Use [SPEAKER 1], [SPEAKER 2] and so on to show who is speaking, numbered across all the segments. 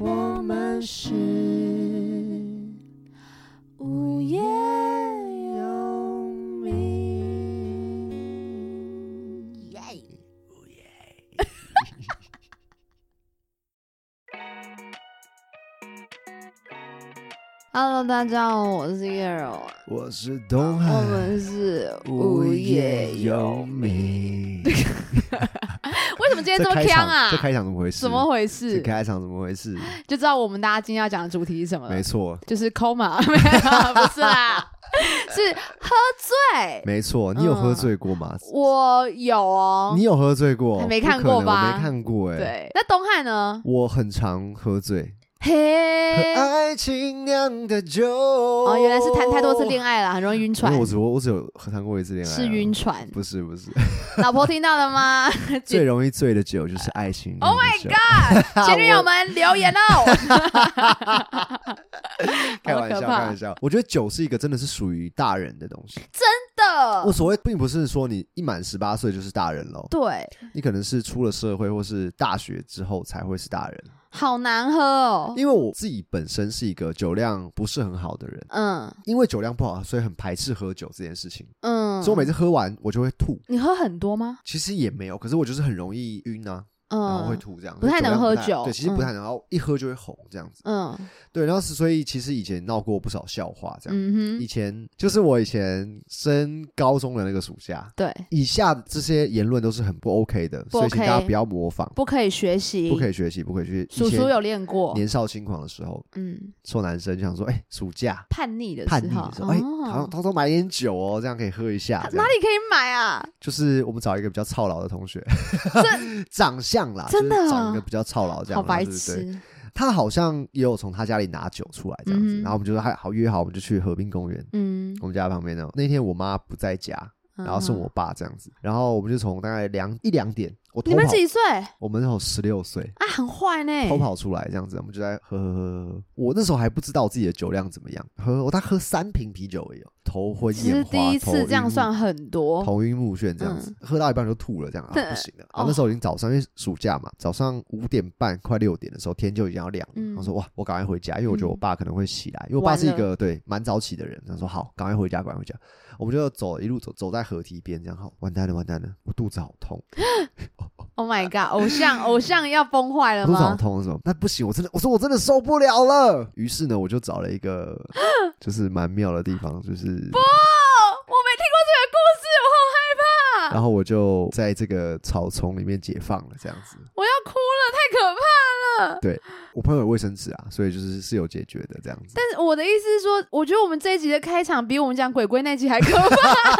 [SPEAKER 1] 我们是无业游民。耶！Hello，大家好，我是 Yero，
[SPEAKER 2] 我是东海，
[SPEAKER 1] 我们是
[SPEAKER 2] 无
[SPEAKER 1] 业
[SPEAKER 2] 业哎游
[SPEAKER 1] 民。
[SPEAKER 2] 民。
[SPEAKER 1] 为什么今天
[SPEAKER 2] 这
[SPEAKER 1] 这么
[SPEAKER 2] 开
[SPEAKER 1] 呛
[SPEAKER 2] 场
[SPEAKER 1] 啊？
[SPEAKER 2] 这开场怎么回事？
[SPEAKER 1] 怎么回
[SPEAKER 2] 这
[SPEAKER 1] 事？呃
[SPEAKER 2] 开场怎么回事？
[SPEAKER 1] 就知道我们大家今天要讲的主题是什么了
[SPEAKER 2] 没。错，
[SPEAKER 1] 就是 coma，没 有，不是啦，是喝醉。
[SPEAKER 2] 没错，你有
[SPEAKER 1] 嗯
[SPEAKER 2] 喝醉过吗？
[SPEAKER 1] 我有哦
[SPEAKER 2] 你，有喝醉过？
[SPEAKER 1] 还没
[SPEAKER 2] 不
[SPEAKER 1] 看
[SPEAKER 2] 可
[SPEAKER 1] 过
[SPEAKER 2] 能
[SPEAKER 1] 吧
[SPEAKER 2] 我没看过哎。，
[SPEAKER 1] 对。那东汉呢？
[SPEAKER 2] 我很常喝醉，喝
[SPEAKER 1] 嘿，
[SPEAKER 2] 爱情酿的酒。
[SPEAKER 1] 哦，
[SPEAKER 2] 哦
[SPEAKER 1] 原来是谈太多次恋
[SPEAKER 2] 爱。
[SPEAKER 1] 爱了，很容易晕船
[SPEAKER 2] 没有，，哦我只我我只有谈过一次恋爱啊，
[SPEAKER 1] 是晕船。
[SPEAKER 2] 不是 不是，
[SPEAKER 1] 老婆听到了 吗？
[SPEAKER 2] 最容易醉的酒就是爱情。
[SPEAKER 1] Oh my god！前女友们留言哦 喽。
[SPEAKER 2] 开玩笑，
[SPEAKER 1] 好可
[SPEAKER 2] 开
[SPEAKER 1] 怕
[SPEAKER 2] 玩笑。我觉得酒是一个真的是属于大人的东西。我
[SPEAKER 1] 的，
[SPEAKER 2] 所谓并不是说你一满十八岁就是大人喽，
[SPEAKER 1] 对，
[SPEAKER 2] 你可能是出了社会或是大学之后才会是大人。
[SPEAKER 1] 好难喝哦。
[SPEAKER 2] 因为我自己本身是一个酒量不是很好的人，
[SPEAKER 1] 嗯
[SPEAKER 2] 因为酒量不好，所以很排斥喝酒这件事情。
[SPEAKER 1] 嗯，
[SPEAKER 2] 所以我每次喝完我就会吐，
[SPEAKER 1] 你喝很多吗？
[SPEAKER 2] 其实也没有，可是我就是很容易晕啊，然后会
[SPEAKER 1] 嗯
[SPEAKER 2] 吐这样，
[SPEAKER 1] 不太能喝
[SPEAKER 2] 酒量
[SPEAKER 1] 酒
[SPEAKER 2] 不太对，其实不太能，然后一喝就会红这样子。
[SPEAKER 1] 嗯
[SPEAKER 2] 对，然后是所以其实以前闹过不少笑话这样。
[SPEAKER 1] 嗯
[SPEAKER 2] 以
[SPEAKER 1] 哼，
[SPEAKER 2] 前就是我以前升高中的那个暑假，
[SPEAKER 1] 对，
[SPEAKER 2] 以下这些言论都是很不 OK 的，
[SPEAKER 1] 不
[SPEAKER 2] 所
[SPEAKER 1] OK
[SPEAKER 2] 以请大家不要模仿，
[SPEAKER 1] 不可以学习，
[SPEAKER 2] 不可以学习，不可以学习。
[SPEAKER 1] 叔
[SPEAKER 2] 以前
[SPEAKER 1] 叔有练过，
[SPEAKER 2] 年少轻狂的时候，
[SPEAKER 1] 嗯，
[SPEAKER 2] 臭男生就想说，哎、暑假
[SPEAKER 1] 叛逆的
[SPEAKER 2] 叛
[SPEAKER 1] 时
[SPEAKER 2] 逆
[SPEAKER 1] 候
[SPEAKER 2] 的时，候，哎、
[SPEAKER 1] 哦
[SPEAKER 2] 好像偷偷买点酒哦，这样可以喝一下。这
[SPEAKER 1] 哪
[SPEAKER 2] 样
[SPEAKER 1] 里可以买啊？
[SPEAKER 2] 就是我们找一个比较操劳的同学， 长相啦，
[SPEAKER 1] 真的啊
[SPEAKER 2] 就是找一个比较操劳这样。
[SPEAKER 1] 好白
[SPEAKER 2] 然后就是对
[SPEAKER 1] 痴，
[SPEAKER 2] 他好像也有从他家里拿酒出来这样子，
[SPEAKER 1] 嗯哼
[SPEAKER 2] 然后我们就说，哎还好约好，我们就去河滨公园。
[SPEAKER 1] 嗯，
[SPEAKER 2] 我们家旁边的那天，我妈不在家，然后是我爸这样子，然后我们就从大概两一两点，我
[SPEAKER 1] 嗯，你
[SPEAKER 2] 偷
[SPEAKER 1] 们
[SPEAKER 2] 跑，
[SPEAKER 1] 几岁啊？
[SPEAKER 2] 我们那时候十六岁，
[SPEAKER 1] 很坏呢，
[SPEAKER 2] 偷跑出来这样子，我们就在喝喝喝喝，我那时候还不知道自己的酒量怎么样，喝我大概喝三瓶啤酒而已哦，头昏
[SPEAKER 1] 只
[SPEAKER 2] 眼
[SPEAKER 1] 是
[SPEAKER 2] 花，
[SPEAKER 1] 第一
[SPEAKER 2] 头
[SPEAKER 1] 次
[SPEAKER 2] 晕
[SPEAKER 1] 这样算嗯很多，
[SPEAKER 2] 头晕目眩这样子，喝到一半就吐了，这样啊不行了。然后那时
[SPEAKER 1] 哦
[SPEAKER 2] 候已经早上，因为暑假嘛，早上五点半快六点的时候，天就已经要亮了。
[SPEAKER 1] 嗯
[SPEAKER 2] 我说哇，我赶快回家，因为我觉得我爸可能会起来，因为我
[SPEAKER 1] 完
[SPEAKER 2] 爸
[SPEAKER 1] 了
[SPEAKER 2] 是一个对蛮早起的人。他说好，赶快回家，赶快回家。我们就走一路走走在河堤边，这样好，完蛋了，完蛋了，我肚子好痛，
[SPEAKER 1] Oh my god，偶 像偶像要崩坏了
[SPEAKER 2] 我肚子好
[SPEAKER 1] 吗？哦
[SPEAKER 2] 痛，什么？那不行，我真的，我说我真的受不了了。于是呢，我就找了 一个就是蛮妙的地方，就
[SPEAKER 1] 哦，我没
[SPEAKER 2] 是
[SPEAKER 1] 听过这个故事，我好害怕，
[SPEAKER 2] 然后我就在这个草丛里面解放了，这样子。
[SPEAKER 1] 我要哭了，太可怕了。
[SPEAKER 2] 对我朋友有卫生纸啊，所以就是是有解决的这样子。
[SPEAKER 1] 但是我的意思是说，我觉得我们这一集的开场比我们讲鬼鬼那集还可 怕。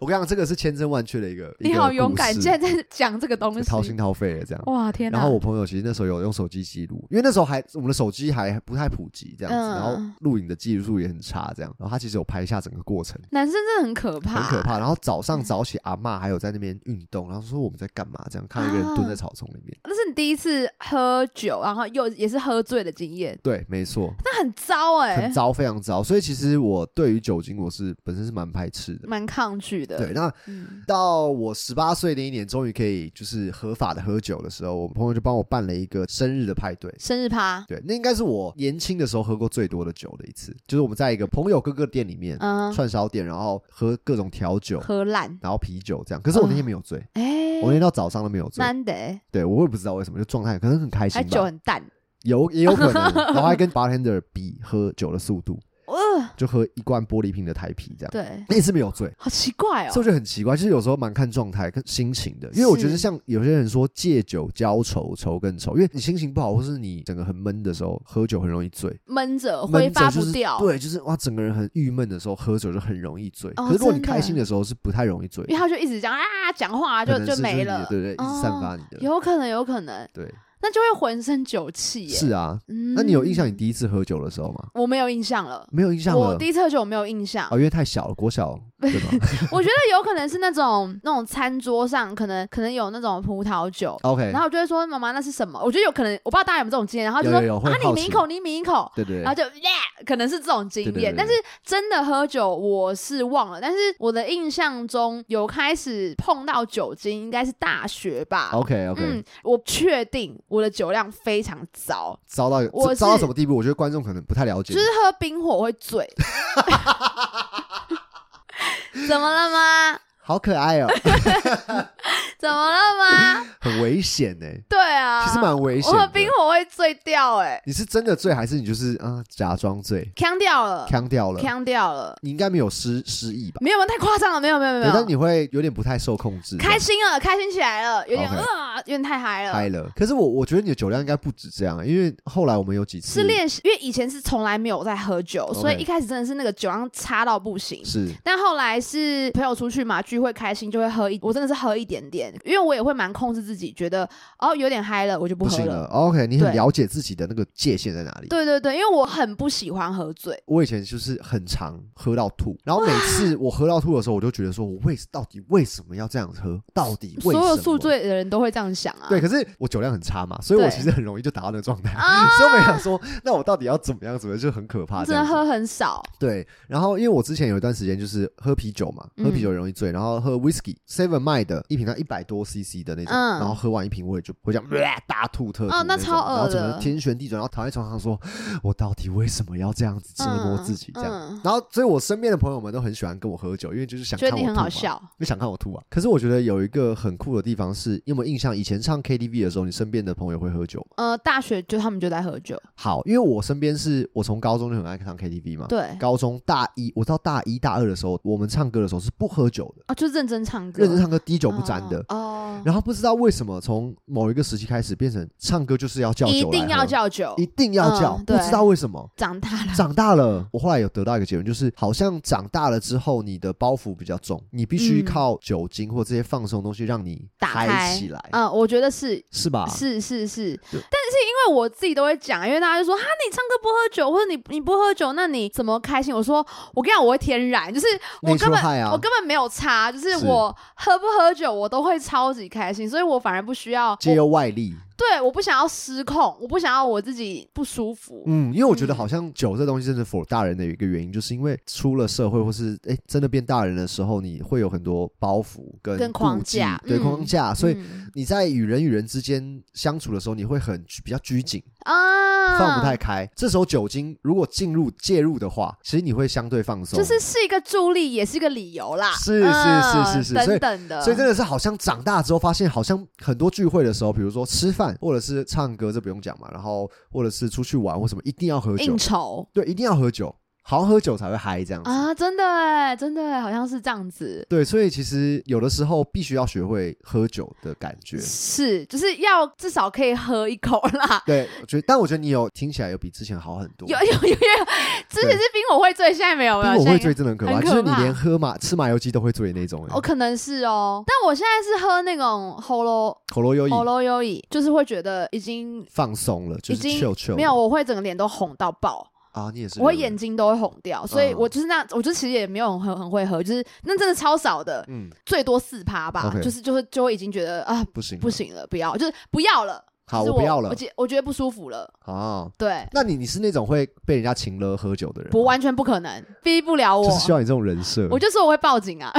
[SPEAKER 2] 我跟你讲，这个是千真万确的一个，
[SPEAKER 1] 你好勇敢，
[SPEAKER 2] 一
[SPEAKER 1] 竟
[SPEAKER 2] 个
[SPEAKER 1] 然在讲这个东
[SPEAKER 2] 故事
[SPEAKER 1] 西。
[SPEAKER 2] 掏心掏肺的这样。
[SPEAKER 1] 哇天哪！
[SPEAKER 2] 然后我朋友其实那时候有用手机记录，因为那时候还我们的手机还不太普及这样子，
[SPEAKER 1] 嗯
[SPEAKER 2] 然后录影的技术也很差这样，然后他其实有拍下整个过程，
[SPEAKER 1] 男生真的很可怕，
[SPEAKER 2] 很可怕。然后早上早起阿嬷还有在那边运动，然后说我们在干嘛这样，看到一个人蹲在草丛里面。
[SPEAKER 1] 那是你第一次喝酒，然后又也是喝醉的经验，
[SPEAKER 2] 对，没错，
[SPEAKER 1] 那很糟哎、
[SPEAKER 2] 很糟，非常糟。所以其实我对于酒精我是本身是蛮排斥的。
[SPEAKER 1] 蛮抗拒的。
[SPEAKER 2] 对，那
[SPEAKER 1] 嗯，
[SPEAKER 2] 到我十八岁那一年，终于可以就是合法的喝酒的时候，我朋友就帮我办了一个生日的派对。
[SPEAKER 1] 生日趴，
[SPEAKER 2] 对，那应该是我年轻的时候喝过最多的酒的一次，就是我们在一个朋友哥哥店里面、
[SPEAKER 1] 嗯，
[SPEAKER 2] 串烧店，然后喝各种调酒，
[SPEAKER 1] 喝烂，
[SPEAKER 2] 然后啤酒这样。可是我那天没有醉，
[SPEAKER 1] 哎、
[SPEAKER 2] 我那天到早上都没有醉。
[SPEAKER 1] 难得，欸
[SPEAKER 2] 对，我也不知道为什么，就状态可能很开
[SPEAKER 1] 还
[SPEAKER 2] 心
[SPEAKER 1] 酒
[SPEAKER 2] 吧，
[SPEAKER 1] 很淡，
[SPEAKER 2] 有也有 可能，然后还跟 bartender 比喝酒的速度，
[SPEAKER 1] 呃，
[SPEAKER 2] 就喝一罐玻璃瓶的台啤这样。
[SPEAKER 1] 对，
[SPEAKER 2] 那一次没有醉，
[SPEAKER 1] 好奇怪哦，
[SPEAKER 2] 所以我觉得很奇怪，就是有时候蛮看状态跟心情的，因为我觉得
[SPEAKER 1] 是
[SPEAKER 2] 像有些人说借酒浇愁，愁更愁，因为你心情不好，或是你整个很闷的时候，喝酒很容易醉，
[SPEAKER 1] 闷着哦挥
[SPEAKER 2] 闷
[SPEAKER 1] 发
[SPEAKER 2] 着就
[SPEAKER 1] 不
[SPEAKER 2] 是
[SPEAKER 1] 掉、
[SPEAKER 2] 对，就是哇，整个人很郁闷的时候，喝酒就很容易醉。
[SPEAKER 1] 哦
[SPEAKER 2] 可是如果你
[SPEAKER 1] 真的
[SPEAKER 2] 开心的时候，是不太容易醉的，
[SPEAKER 1] 因为他就一直讲啊，讲话
[SPEAKER 2] 可
[SPEAKER 1] 就
[SPEAKER 2] 能
[SPEAKER 1] 就是
[SPEAKER 2] 是
[SPEAKER 1] 没
[SPEAKER 2] 你的
[SPEAKER 1] 了，哦
[SPEAKER 2] 对对，一直散发你的，
[SPEAKER 1] 有可能，有可能，
[SPEAKER 2] 对，
[SPEAKER 1] 那就会浑身酒气耶。
[SPEAKER 2] 是啊。
[SPEAKER 1] 嗯
[SPEAKER 2] 那你有印象你？第一次喝酒的时候吗？
[SPEAKER 1] 我没有印象了。
[SPEAKER 2] 没有印象
[SPEAKER 1] 我
[SPEAKER 2] 了
[SPEAKER 1] 第。一次喝酒我没有印象，
[SPEAKER 2] 哦，因为 太小了，国小对吗
[SPEAKER 1] 我觉得有可能是那种那种餐桌上可能可能有那种葡萄酒，
[SPEAKER 2] ？OK，
[SPEAKER 1] 然后我就会说妈妈那是什么？我觉得有可能，我不知道大家有没有这种经验，然后就
[SPEAKER 2] 有
[SPEAKER 1] 说
[SPEAKER 2] 有有会
[SPEAKER 1] 啊你
[SPEAKER 2] 好
[SPEAKER 1] 抿一
[SPEAKER 2] 奇
[SPEAKER 1] 口，你抿一口，
[SPEAKER 2] 对对
[SPEAKER 1] 然后就耶可能是这种经验，
[SPEAKER 2] 对对对对
[SPEAKER 1] 但是真的喝酒我是忘了，但是我的印象中有开始碰到酒精，应该是大学吧。
[SPEAKER 2] OK OK，、
[SPEAKER 1] 嗯，我确定我的酒量非常糟，
[SPEAKER 2] 糟到
[SPEAKER 1] 我是
[SPEAKER 2] 糟到什么地步？我觉得观众可能不太了解
[SPEAKER 1] 就是喝冰火会 醉。怎么了吗？
[SPEAKER 2] 好可爱 哦、
[SPEAKER 1] 怎么了吗？
[SPEAKER 2] 很危险呢、
[SPEAKER 1] 对啊，
[SPEAKER 2] 其实蛮危
[SPEAKER 1] 我
[SPEAKER 2] 险
[SPEAKER 1] 喝
[SPEAKER 2] 的。
[SPEAKER 1] 冰火会醉掉、欸，哎，
[SPEAKER 2] 你是真的醉，还是你就是啊、假装醉，
[SPEAKER 1] 呛掉了，
[SPEAKER 2] 呛掉了？
[SPEAKER 1] 呛掉了，
[SPEAKER 2] 你应该没有失失忆吧？
[SPEAKER 1] 没有太夸张了，没有没有没
[SPEAKER 2] 对，
[SPEAKER 1] 有没有
[SPEAKER 2] 但，你会有点不太受控制，
[SPEAKER 1] 开心了，开心起来了，有点
[SPEAKER 2] OK
[SPEAKER 1] 啊，有点太嗨了。
[SPEAKER 2] 嗨了。可是我我觉得你的酒量应该不止这样，因为后来我们有几次
[SPEAKER 1] 是练习，因为以前是从来没有在喝酒
[SPEAKER 2] OK
[SPEAKER 1] 所以一开始真的是那个酒量差到不行。
[SPEAKER 2] 是
[SPEAKER 1] 但后来是朋友出去嘛，聚会开心就会喝一，我真的是喝一点点，因为我也会蛮控制自己，觉得哦有点嗨了，我就不
[SPEAKER 2] 不
[SPEAKER 1] 喝
[SPEAKER 2] 行了。OK，你很
[SPEAKER 1] 对
[SPEAKER 2] 了解自己的那个界限在哪里。
[SPEAKER 1] 对对对，因为我很不喜欢喝醉，
[SPEAKER 2] 我以前就是很常喝到吐，然后每次我喝到吐的时候，我就觉得说，我为到底为什么要这样喝？到底
[SPEAKER 1] 所
[SPEAKER 2] 为什么？
[SPEAKER 1] 有宿醉的人都会这样想啊。
[SPEAKER 2] 对，可是我酒量很差嘛，所以我
[SPEAKER 1] 对
[SPEAKER 2] 其实很容易就达到那个状态。
[SPEAKER 1] 啊，
[SPEAKER 2] 所以我也想说，那我到底要怎么样？怎么样就很可怕这
[SPEAKER 1] 真的
[SPEAKER 2] 样子。
[SPEAKER 1] 喝很少，嗯
[SPEAKER 2] 对，然后因为我之前有一段时间就是喝啤酒嘛，喝啤
[SPEAKER 1] 嗯
[SPEAKER 2] 酒容易醉，然后喝 whisky seven 卖的一瓶，它一百多 CC 的那种，
[SPEAKER 1] 嗯
[SPEAKER 2] 然后喝完一瓶我也就会这样、呃大吐特吐
[SPEAKER 1] 哦那
[SPEAKER 2] 种
[SPEAKER 1] 超恶
[SPEAKER 2] 然后整个
[SPEAKER 1] 的
[SPEAKER 2] 天旋地转，然后躺在床上说，我到底为什么要这样子折磨自己这样？
[SPEAKER 1] 嗯嗯
[SPEAKER 2] 然后所以我身边的朋友们都很喜欢跟我喝酒，因为就是想
[SPEAKER 1] 觉
[SPEAKER 2] 看
[SPEAKER 1] 得
[SPEAKER 2] 我
[SPEAKER 1] 你很
[SPEAKER 2] 吐
[SPEAKER 1] 好
[SPEAKER 2] 嘛。
[SPEAKER 1] 笑。
[SPEAKER 2] 你想看我吐啊？可是我觉得有一个很酷的地方是，你有没有印象？以前唱 KTV 的时候，你身边的朋友会喝酒吗？
[SPEAKER 1] 呃，大学就他们就在喝酒，
[SPEAKER 2] 好，因为我身边是我从高中就很爱唱 KTV 嘛。
[SPEAKER 1] 对，
[SPEAKER 2] 高中大一，我到大一大二的时候，我们唱歌的时候是不喝酒的，
[SPEAKER 1] 啊，就认真唱歌，
[SPEAKER 2] 认真唱歌滴酒不沾的。
[SPEAKER 1] 哦，
[SPEAKER 2] 然后不知道为什么，从某一个时期开始变成唱歌就是要叫酒来
[SPEAKER 1] 一
[SPEAKER 2] 喝
[SPEAKER 1] 定要，叫酒，
[SPEAKER 2] 一定要叫，
[SPEAKER 1] 嗯
[SPEAKER 2] 不
[SPEAKER 1] 对
[SPEAKER 2] 知道为什么。
[SPEAKER 1] 长大 了，
[SPEAKER 2] 长大了，我后来有得到一个结论，就是好像长大了之后，你的包袱比较重，你必须
[SPEAKER 1] 嗯
[SPEAKER 2] 靠酒精或这些放松的东西让你
[SPEAKER 1] 打
[SPEAKER 2] 嗨
[SPEAKER 1] 开
[SPEAKER 2] 起来，
[SPEAKER 1] 嗯，我觉得是。
[SPEAKER 2] 是吧？
[SPEAKER 1] 是是是，但是
[SPEAKER 2] 啊对
[SPEAKER 1] 因为我自己都会讲，因为大家就说哈，啊你唱歌不喝酒，或者你你不喝酒，那你怎么开心？我说我跟你讲，我会天然，就是我
[SPEAKER 2] 内
[SPEAKER 1] 根
[SPEAKER 2] 出
[SPEAKER 1] 本、
[SPEAKER 2] 嗨啊
[SPEAKER 1] 我根本没有差，就是
[SPEAKER 2] 是
[SPEAKER 1] 我喝不喝酒，我都会超级开心，所以我反而不需要，
[SPEAKER 2] 借
[SPEAKER 1] 我
[SPEAKER 2] 由外力，
[SPEAKER 1] 对，我不想要失控，我不想要我自己不舒服，
[SPEAKER 2] 嗯，因为我觉得好像酒这东西真的 for 大人的一个原因，就是因为出了社会或是哎、诶真的变大人的时候，你会有很多包袱跟
[SPEAKER 1] 跟框
[SPEAKER 2] 顾忌
[SPEAKER 1] 架
[SPEAKER 2] 对
[SPEAKER 1] 嗯
[SPEAKER 2] 框架，所以
[SPEAKER 1] 嗯
[SPEAKER 2] 你在与人与人之间相处的时候，你会很比较拘谨，
[SPEAKER 1] 啊，
[SPEAKER 2] 放不太开。这时候酒精如果进入介入的话，其实你会相对放松，
[SPEAKER 1] 就是是一个助力，也是一个理由啦，
[SPEAKER 2] 是是
[SPEAKER 1] 嗯
[SPEAKER 2] 是是是所
[SPEAKER 1] 等
[SPEAKER 2] 以
[SPEAKER 1] 等的，
[SPEAKER 2] 所以真的是好像长大之后，发现好像很多聚会的时候，比如说吃饭或者是唱歌，这不用讲嘛，然后或者是出去玩或什么，一定要喝酒
[SPEAKER 1] 应，酬
[SPEAKER 2] 对，一定要喝酒，好像喝酒才会嗨这样子。
[SPEAKER 1] 啊，真的哎，真的哎，好像是这样子。
[SPEAKER 2] 对，所以其实有的时候必须要学会喝酒的感觉。
[SPEAKER 1] 是，就是要至少可以喝一口啦。
[SPEAKER 2] 对，我觉得，但我觉得你有听起来有比之前好很多。
[SPEAKER 1] 有有有有， 之前是冰火会醉，现在没有没有。
[SPEAKER 2] 因为我
[SPEAKER 1] 现在
[SPEAKER 2] 会
[SPEAKER 1] 应该
[SPEAKER 2] 醉，真的很可怕，
[SPEAKER 1] 很
[SPEAKER 2] 就是
[SPEAKER 1] 可
[SPEAKER 2] 你
[SPEAKER 1] 怕
[SPEAKER 2] 连喝嘛吃麻油鸡都会醉的那种。
[SPEAKER 1] 哦，可能是哦。但我现在是喝那种喉咙
[SPEAKER 2] 喉咙有
[SPEAKER 1] 喉
[SPEAKER 2] 瘾，
[SPEAKER 1] 咙优饮，就是会觉得已经
[SPEAKER 2] 放松了，就
[SPEAKER 1] 已
[SPEAKER 2] 是
[SPEAKER 1] 经
[SPEAKER 2] chill chill
[SPEAKER 1] 没有，
[SPEAKER 2] 的
[SPEAKER 1] 我会整个脸都红到爆，
[SPEAKER 2] 啊，你也是。
[SPEAKER 1] 我会眼，睛都会红掉，所以
[SPEAKER 2] 嗯
[SPEAKER 1] 我就是那，我就其实也没有很很会喝，就是那真的超少的，
[SPEAKER 2] 嗯，
[SPEAKER 1] 最多四趴吧
[SPEAKER 2] OK
[SPEAKER 1] 就是就会就会已经觉得啊
[SPEAKER 2] 不行，
[SPEAKER 1] 不。行了，不要，就是不要了。
[SPEAKER 2] 好，
[SPEAKER 1] 就是
[SPEAKER 2] 我不要了
[SPEAKER 1] 我觉我觉得不舒服了，
[SPEAKER 2] 啊。
[SPEAKER 1] 对，
[SPEAKER 2] 那你你是那种会被人家请了喝酒的人吗？
[SPEAKER 1] 不完全不可能，逼不了我。
[SPEAKER 2] 就是需要你这种人设。
[SPEAKER 1] 哦我就说我会报 警啊，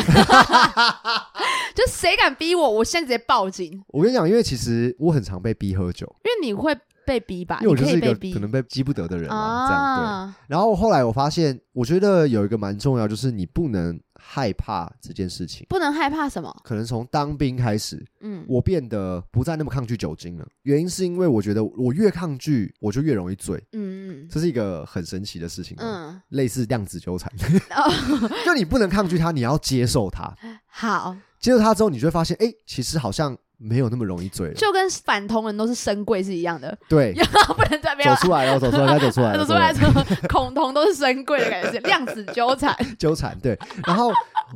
[SPEAKER 1] 就谁敢逼我，我现在直接报警，因
[SPEAKER 2] 我跟你讲，因为其实我很常被逼喝酒，
[SPEAKER 1] 为你会被逼吧？
[SPEAKER 2] 因为我就
[SPEAKER 1] 啊你
[SPEAKER 2] 是
[SPEAKER 1] 可
[SPEAKER 2] 一
[SPEAKER 1] 以
[SPEAKER 2] 个
[SPEAKER 1] 被逼
[SPEAKER 2] 可能被激不得的人啊，这样对。
[SPEAKER 1] 啊，
[SPEAKER 2] 然后后来我发现，我觉得有一个蛮重要，就是你不能害怕这件事情。
[SPEAKER 1] 不能害怕什么，
[SPEAKER 2] 可能从当兵开始，
[SPEAKER 1] 嗯，
[SPEAKER 2] 我变得不再那么抗拒酒精了。原因是因为我觉得我越抗拒，我就越容易醉，
[SPEAKER 1] 嗯
[SPEAKER 2] 这是一个很神奇的事情、嗯，
[SPEAKER 1] 嗯
[SPEAKER 2] 类似量子纠缠，
[SPEAKER 1] 哦，
[SPEAKER 2] 就你不能抗拒它，你要接受它。
[SPEAKER 1] 嗯好，
[SPEAKER 2] 接受它之后，你就会发现，哎、其实好像没有那么容易醉了。
[SPEAKER 1] 就跟反同人都是深贵是一样的，
[SPEAKER 2] 对，
[SPEAKER 1] 不能再不
[SPEAKER 2] 走
[SPEAKER 1] 要。
[SPEAKER 2] 出来了，走 出来了，走出来了，
[SPEAKER 1] 说来说，恐同都是深贵的感觉，量子纠缠。
[SPEAKER 2] 纠缠对，然后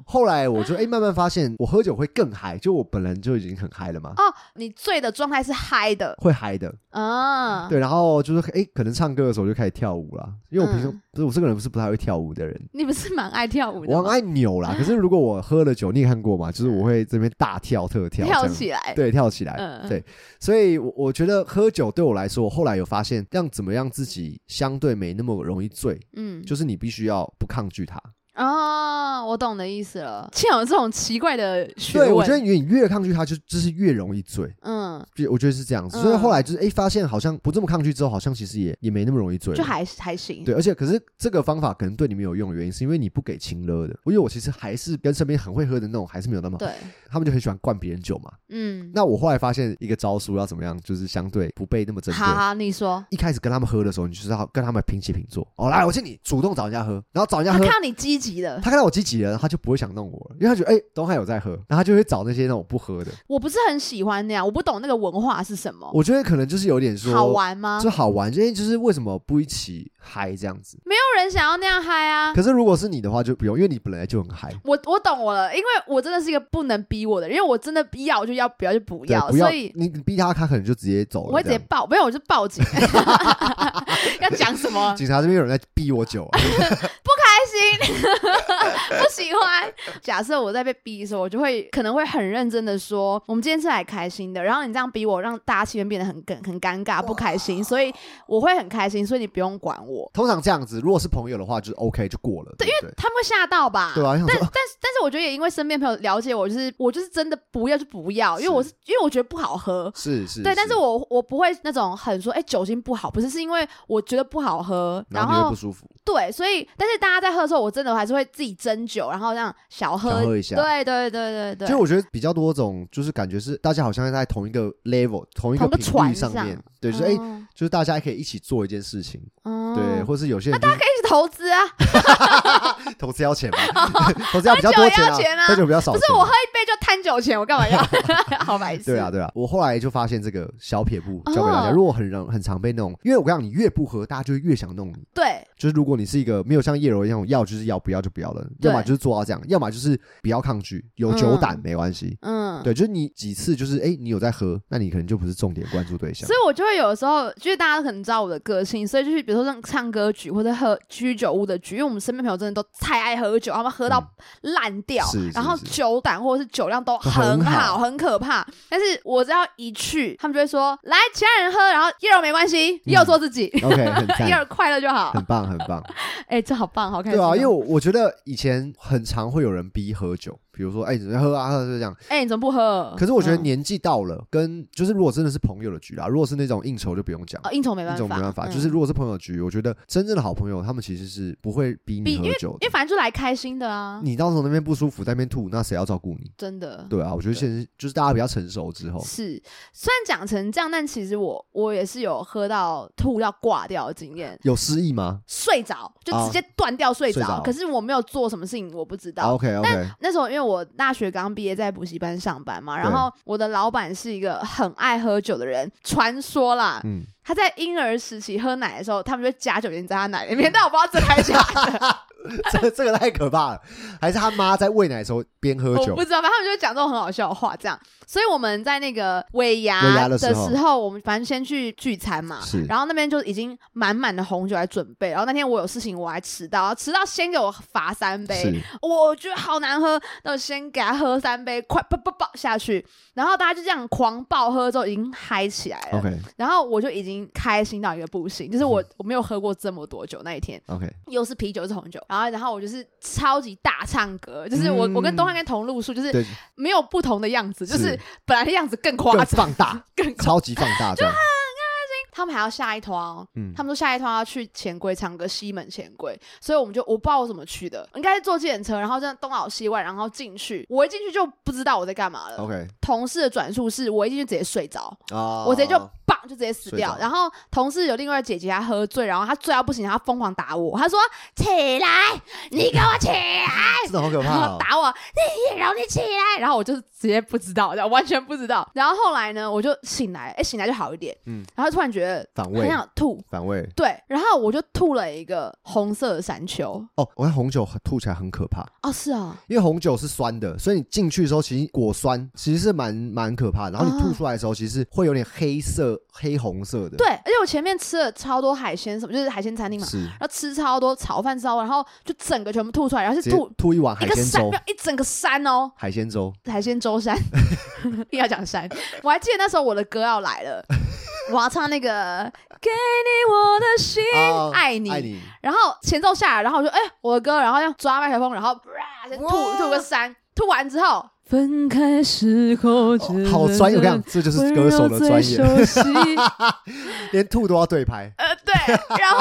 [SPEAKER 2] 后来我就哎、慢慢发现，我喝酒会更嗨，就我本人就已经很嗨了嘛，
[SPEAKER 1] 哦，你醉的状态是嗨的
[SPEAKER 2] 会嗨的。
[SPEAKER 1] 啊，
[SPEAKER 2] 对，然后就是哎、可能唱歌的时候就开始跳舞啦，因为我平常
[SPEAKER 1] 嗯
[SPEAKER 2] 不是我这个人不是不太会跳舞的人，
[SPEAKER 1] 你不是蛮爱跳舞的
[SPEAKER 2] 我
[SPEAKER 1] 吗？
[SPEAKER 2] 很爱扭
[SPEAKER 1] 嗯
[SPEAKER 2] 啦。可是如果我喝了酒，你也看过嘛，就是我会这边大跳特跳，
[SPEAKER 1] 跳
[SPEAKER 2] 这样
[SPEAKER 1] 起来，
[SPEAKER 2] 对，跳起来。
[SPEAKER 1] 嗯
[SPEAKER 2] 对，所以我，我觉得喝酒对我来说，我后来有发现，让怎么样自己相对没那么容易醉，
[SPEAKER 1] 嗯，
[SPEAKER 2] 就是你必须要不抗拒它。
[SPEAKER 1] 哦，我懂的意思了。竟然有这种奇怪的学问，
[SPEAKER 2] 对，我觉得你越抗拒它，就就是越容易醉。
[SPEAKER 1] 嗯，
[SPEAKER 2] 就我觉得是这样子，
[SPEAKER 1] 嗯
[SPEAKER 2] 所以后来就是哎、发现好像不这么抗拒之后，好像其实也也没那么容易醉了。
[SPEAKER 1] 就还还行，
[SPEAKER 2] 对，而且可是这个方法可能对你没有用的原因，是因为你不给亲了的。因为我其实还是跟身边很会喝的那种，还是没有那么好，
[SPEAKER 1] 对，
[SPEAKER 2] 他们就很喜欢灌别人酒嘛。
[SPEAKER 1] 嗯，
[SPEAKER 2] 那我后来发现一个招数要怎么样，就是相对不被那么针对。
[SPEAKER 1] 好好，你说，
[SPEAKER 2] 一开始跟他们喝的时候，你就是要跟他们平起平坐。哦，来，我请你主动找人家喝，然后找人家
[SPEAKER 1] 他
[SPEAKER 2] 喝
[SPEAKER 1] 看，到你积极了，
[SPEAKER 2] 他看到我积极了，他就不会想弄我了，因为他觉得哎、东汉有在喝，然后他就会找那些那种不喝的。
[SPEAKER 1] 我不是很喜欢那样，我不懂那个文化是什么，
[SPEAKER 2] 我觉得可能就是有点说
[SPEAKER 1] 好，玩吗？
[SPEAKER 2] 就好玩，因为就是为什么不一起嗨这样子？
[SPEAKER 1] 没有人想要那样嗨啊。
[SPEAKER 2] 可是如果是你的话，就不用，因为你本来就很嗨。
[SPEAKER 1] 我我懂我了，因为我真的是一个不能逼我的人，因为我真的要就要，不要就不
[SPEAKER 2] 对
[SPEAKER 1] 要，，
[SPEAKER 2] 不要
[SPEAKER 1] 所以
[SPEAKER 2] 你你逼他，他可能就直接走了。
[SPEAKER 1] 我会直接
[SPEAKER 2] 这样
[SPEAKER 1] 报，没有我就报警。 要讲什 么？
[SPEAKER 2] 警察这边有人在逼我酒、啊，
[SPEAKER 1] 开心， 不喜欢。假设我在被逼的时候，我就会可能会很认真的说，我们今天是来开心的。然后你这样逼我，让大家气氛变得很尴很尴尬，不开心，所以我会很开心，所以你不用管我。
[SPEAKER 2] 通常这样子，如果是朋友的话，就是 OK 就过了，对不对？
[SPEAKER 1] 他们会吓到吧？
[SPEAKER 2] 对啊，想
[SPEAKER 1] 但但
[SPEAKER 2] 说
[SPEAKER 1] 是但是我觉得也因为身边朋友了解我，就是我就是真的不要就不要，因为我是因为我觉得不好喝，
[SPEAKER 2] 是是，
[SPEAKER 1] 对，但是我我不会那种很说哎、酒精不好，不是是因为我觉得不好喝，
[SPEAKER 2] 然
[SPEAKER 1] 然
[SPEAKER 2] 后你会
[SPEAKER 1] 后
[SPEAKER 2] 不舒服，
[SPEAKER 1] 对，所以但是大家在喝的时候，我真的还是会自己斟酒，然后这样小喝，
[SPEAKER 2] 想喝一下
[SPEAKER 1] 对对对对对，
[SPEAKER 2] 其实我觉得比较多种，就是感觉是大家好像在同一个 level、同一个
[SPEAKER 1] 同个
[SPEAKER 2] 频率
[SPEAKER 1] 船
[SPEAKER 2] 上面
[SPEAKER 1] 上，
[SPEAKER 2] 对，就是哎、
[SPEAKER 1] 哦
[SPEAKER 2] 就是大家可以一起做一件事情，
[SPEAKER 1] 哦
[SPEAKER 2] 对，或是有些人就是
[SPEAKER 1] 一起投资啊，
[SPEAKER 2] 投资要 钱嘛， 投资要比较多
[SPEAKER 1] 喝酒要钱
[SPEAKER 2] 啊，
[SPEAKER 1] 啊
[SPEAKER 2] 喝酒比较少
[SPEAKER 1] 不
[SPEAKER 2] 钱，
[SPEAKER 1] 是我喝一杯就贪酒钱，我干嘛要？ 好白痴，
[SPEAKER 2] 对啊，对啊，我后来就发现这个小撇步
[SPEAKER 1] 哦
[SPEAKER 2] 教给大家，如果很让很常被弄，因为我跟你讲，你越不喝，大家就越想弄你。
[SPEAKER 1] 对
[SPEAKER 2] 就是如果你是一个没有像叶柔一样，要就是要，不要就不要了，
[SPEAKER 1] 对
[SPEAKER 2] 要么就是做到这样，要么就是不要抗拒，有酒胆没关系。
[SPEAKER 1] 嗯，
[SPEAKER 2] 对，就是你几次就是哎、你有在喝，那你可能就不是重点关注对象
[SPEAKER 1] 所。以我就会有的时候，就是大家可能知道我的个性，所以就是比如说像唱歌局或者喝居酒屋的局，因为我们身边朋友真的都太爱喝酒，他们喝到烂掉，
[SPEAKER 2] 嗯是是
[SPEAKER 1] 然后
[SPEAKER 2] 是
[SPEAKER 1] 酒胆或者是酒量都很
[SPEAKER 2] 很好
[SPEAKER 1] 好，很可怕。但是我只要一去，他们就会说来其他人喝，然后一人没关系，一人做自己，
[SPEAKER 2] 嗯 OK，很
[SPEAKER 1] 一
[SPEAKER 2] 赞，
[SPEAKER 1] 人快乐就好。
[SPEAKER 2] 很棒，很棒。
[SPEAKER 1] 哎、这好棒，好开心
[SPEAKER 2] 对
[SPEAKER 1] 哦、
[SPEAKER 2] 啊，因为我我觉得以前很常会有人逼喝酒，比如说哎、你怎么喝啊喝啊就这样。
[SPEAKER 1] 哎、你怎么不喝？
[SPEAKER 2] 可是我觉得
[SPEAKER 1] 嗯
[SPEAKER 2] 年纪到了，跟就是如果真的是朋友的局啦，如果是那种应酬就不用讲。
[SPEAKER 1] 哦，应酬没
[SPEAKER 2] 那
[SPEAKER 1] 办法，
[SPEAKER 2] 种没办法，
[SPEAKER 1] 嗯
[SPEAKER 2] 就是如果是朋友局，我觉得真正的好朋友，他们其实是不会逼你
[SPEAKER 1] 逼
[SPEAKER 2] 喝酒
[SPEAKER 1] 嗯因为
[SPEAKER 2] 的。
[SPEAKER 1] 反正就来开心的啊，
[SPEAKER 2] 你到时候那边不舒服，在那边吐，那谁要照顾你？
[SPEAKER 1] 真的。
[SPEAKER 2] 对啊，我觉得
[SPEAKER 1] 嗯对
[SPEAKER 2] 现在就是大家比较成熟之后，
[SPEAKER 1] 是，虽然讲成这样，但其实我我也是有喝到吐到挂掉的经验，
[SPEAKER 2] 有失忆吗
[SPEAKER 1] 睡着就
[SPEAKER 2] 啊
[SPEAKER 1] 直接断掉睡
[SPEAKER 2] 睡
[SPEAKER 1] 着、
[SPEAKER 2] 着哦
[SPEAKER 1] 可是我没有做什么事情，我不知道。
[SPEAKER 2] ？OK OK，
[SPEAKER 1] 那时候因为我大学刚毕业，在补习班上班嘛，然
[SPEAKER 2] 对
[SPEAKER 1] 后我的老板是一个很爱喝酒的人，传说啦，
[SPEAKER 2] 嗯，
[SPEAKER 1] 他在婴儿时期喝奶的时候，他们就加酒精在他奶里面，但我不知道真的还是假的
[SPEAKER 2] 这个这个太可怕了，还是他妈在喂奶的时候边喝
[SPEAKER 1] 我
[SPEAKER 2] 酒
[SPEAKER 1] 不，知道，反正他们就会讲这种很好笑的话，这样。所以我们在那个尾
[SPEAKER 2] 尾
[SPEAKER 1] 牙
[SPEAKER 2] 牙的
[SPEAKER 1] 的
[SPEAKER 2] 时
[SPEAKER 1] 时
[SPEAKER 2] 候
[SPEAKER 1] 候，我们反正先去聚餐嘛
[SPEAKER 2] 是，
[SPEAKER 1] 然后那边就已经满满的红酒来准备。然后那天我有事情，我还迟到，然后迟到先给我罚三杯，
[SPEAKER 2] 是
[SPEAKER 1] 我觉得好难喝，那我先给他喝三杯，快爆爆爆下去。然后大家就这样狂暴喝之后，已经嗨起来了。
[SPEAKER 2] OK 嗯
[SPEAKER 1] 然后我就已经开心到一个不行，就是我我没有喝过这么多酒那一天。
[SPEAKER 2] OK，
[SPEAKER 1] 又是啤酒又是红酒，然后然后我就是超级大唱歌，就是我、
[SPEAKER 2] 嗯
[SPEAKER 1] 我跟东汉跟同路数，就是
[SPEAKER 2] 对，
[SPEAKER 1] 没有不同的样子，就是是本来的样子更夸
[SPEAKER 2] 更
[SPEAKER 1] 张，
[SPEAKER 2] 放大，
[SPEAKER 1] 更夸张。
[SPEAKER 2] 超级放大这样，
[SPEAKER 1] 他们还要下一团哦，
[SPEAKER 2] 嗯
[SPEAKER 1] 他，们说下一团要去钱柜唱歌，西门钱柜，所以我们就我不知道我怎么去的，应该是坐计程车，然后这样东倒西歪，然后进去，我一进去就不知道我在干嘛了。
[SPEAKER 2] OK
[SPEAKER 1] 同事的转述是我一进去直接睡着，
[SPEAKER 2] 啊，
[SPEAKER 1] 我直接就棒就直接死
[SPEAKER 2] 睡
[SPEAKER 1] 掉
[SPEAKER 2] 着。
[SPEAKER 1] 然后同事有另外一个姐姐，她喝醉，然后她醉到不行，她疯狂打我，她说：“起来，你给我起来！”
[SPEAKER 2] 真的好可
[SPEAKER 1] 然
[SPEAKER 2] 怕
[SPEAKER 1] 后
[SPEAKER 2] 哦，
[SPEAKER 1] 打我，你然后你起来，然后我就直接不知道，然后完全不知道。然后后来呢，我就醒来，哎，醒来就好一点，
[SPEAKER 2] 嗯
[SPEAKER 1] 然后突然觉得得
[SPEAKER 2] 反
[SPEAKER 1] 很
[SPEAKER 2] 胃，
[SPEAKER 1] 想吐。
[SPEAKER 2] 反胃。
[SPEAKER 1] 对，然后我就吐了一个红色的山丘。
[SPEAKER 2] 哦，我看红酒吐起来很可怕，
[SPEAKER 1] 哦，是啊，
[SPEAKER 2] 因为红酒是酸的，所以你进去的时候，其实果酸其实是蛮蛮可怕的。然后你
[SPEAKER 1] 啊
[SPEAKER 2] 吐出来的时候，其实会有点黑色、黑红色的。
[SPEAKER 1] 对，，而且我前面吃了超多海鲜，什么就是海鲜餐厅嘛，
[SPEAKER 2] 是
[SPEAKER 1] 然后吃超多炒饭、烧，然后就整个全部吐出来，然后
[SPEAKER 2] 直
[SPEAKER 1] 是
[SPEAKER 2] 接
[SPEAKER 1] 吐
[SPEAKER 2] 吐一碗
[SPEAKER 1] 一
[SPEAKER 2] 海
[SPEAKER 1] 个
[SPEAKER 2] 鲜
[SPEAKER 1] 山，
[SPEAKER 2] 粥
[SPEAKER 1] 没，有一整个山哦，
[SPEAKER 2] 海 鲜粥。
[SPEAKER 1] 海鲜舟 山，硬要讲山。我还记得那时候我的歌要来 了，我要唱那个“给你我的心，
[SPEAKER 2] 啊
[SPEAKER 1] 哎爱你”，
[SPEAKER 2] 爱你，
[SPEAKER 1] 然后前奏下来，然后我就哎、我的歌，然后要抓麦克风，然后啪先吐
[SPEAKER 2] 哇
[SPEAKER 1] 吐个山，吐完之后分开时候
[SPEAKER 2] 哦好专业！我跟你讲，这就是歌手的专业，
[SPEAKER 1] 悉，
[SPEAKER 2] 连吐都要对拍，
[SPEAKER 1] 呃对， 然后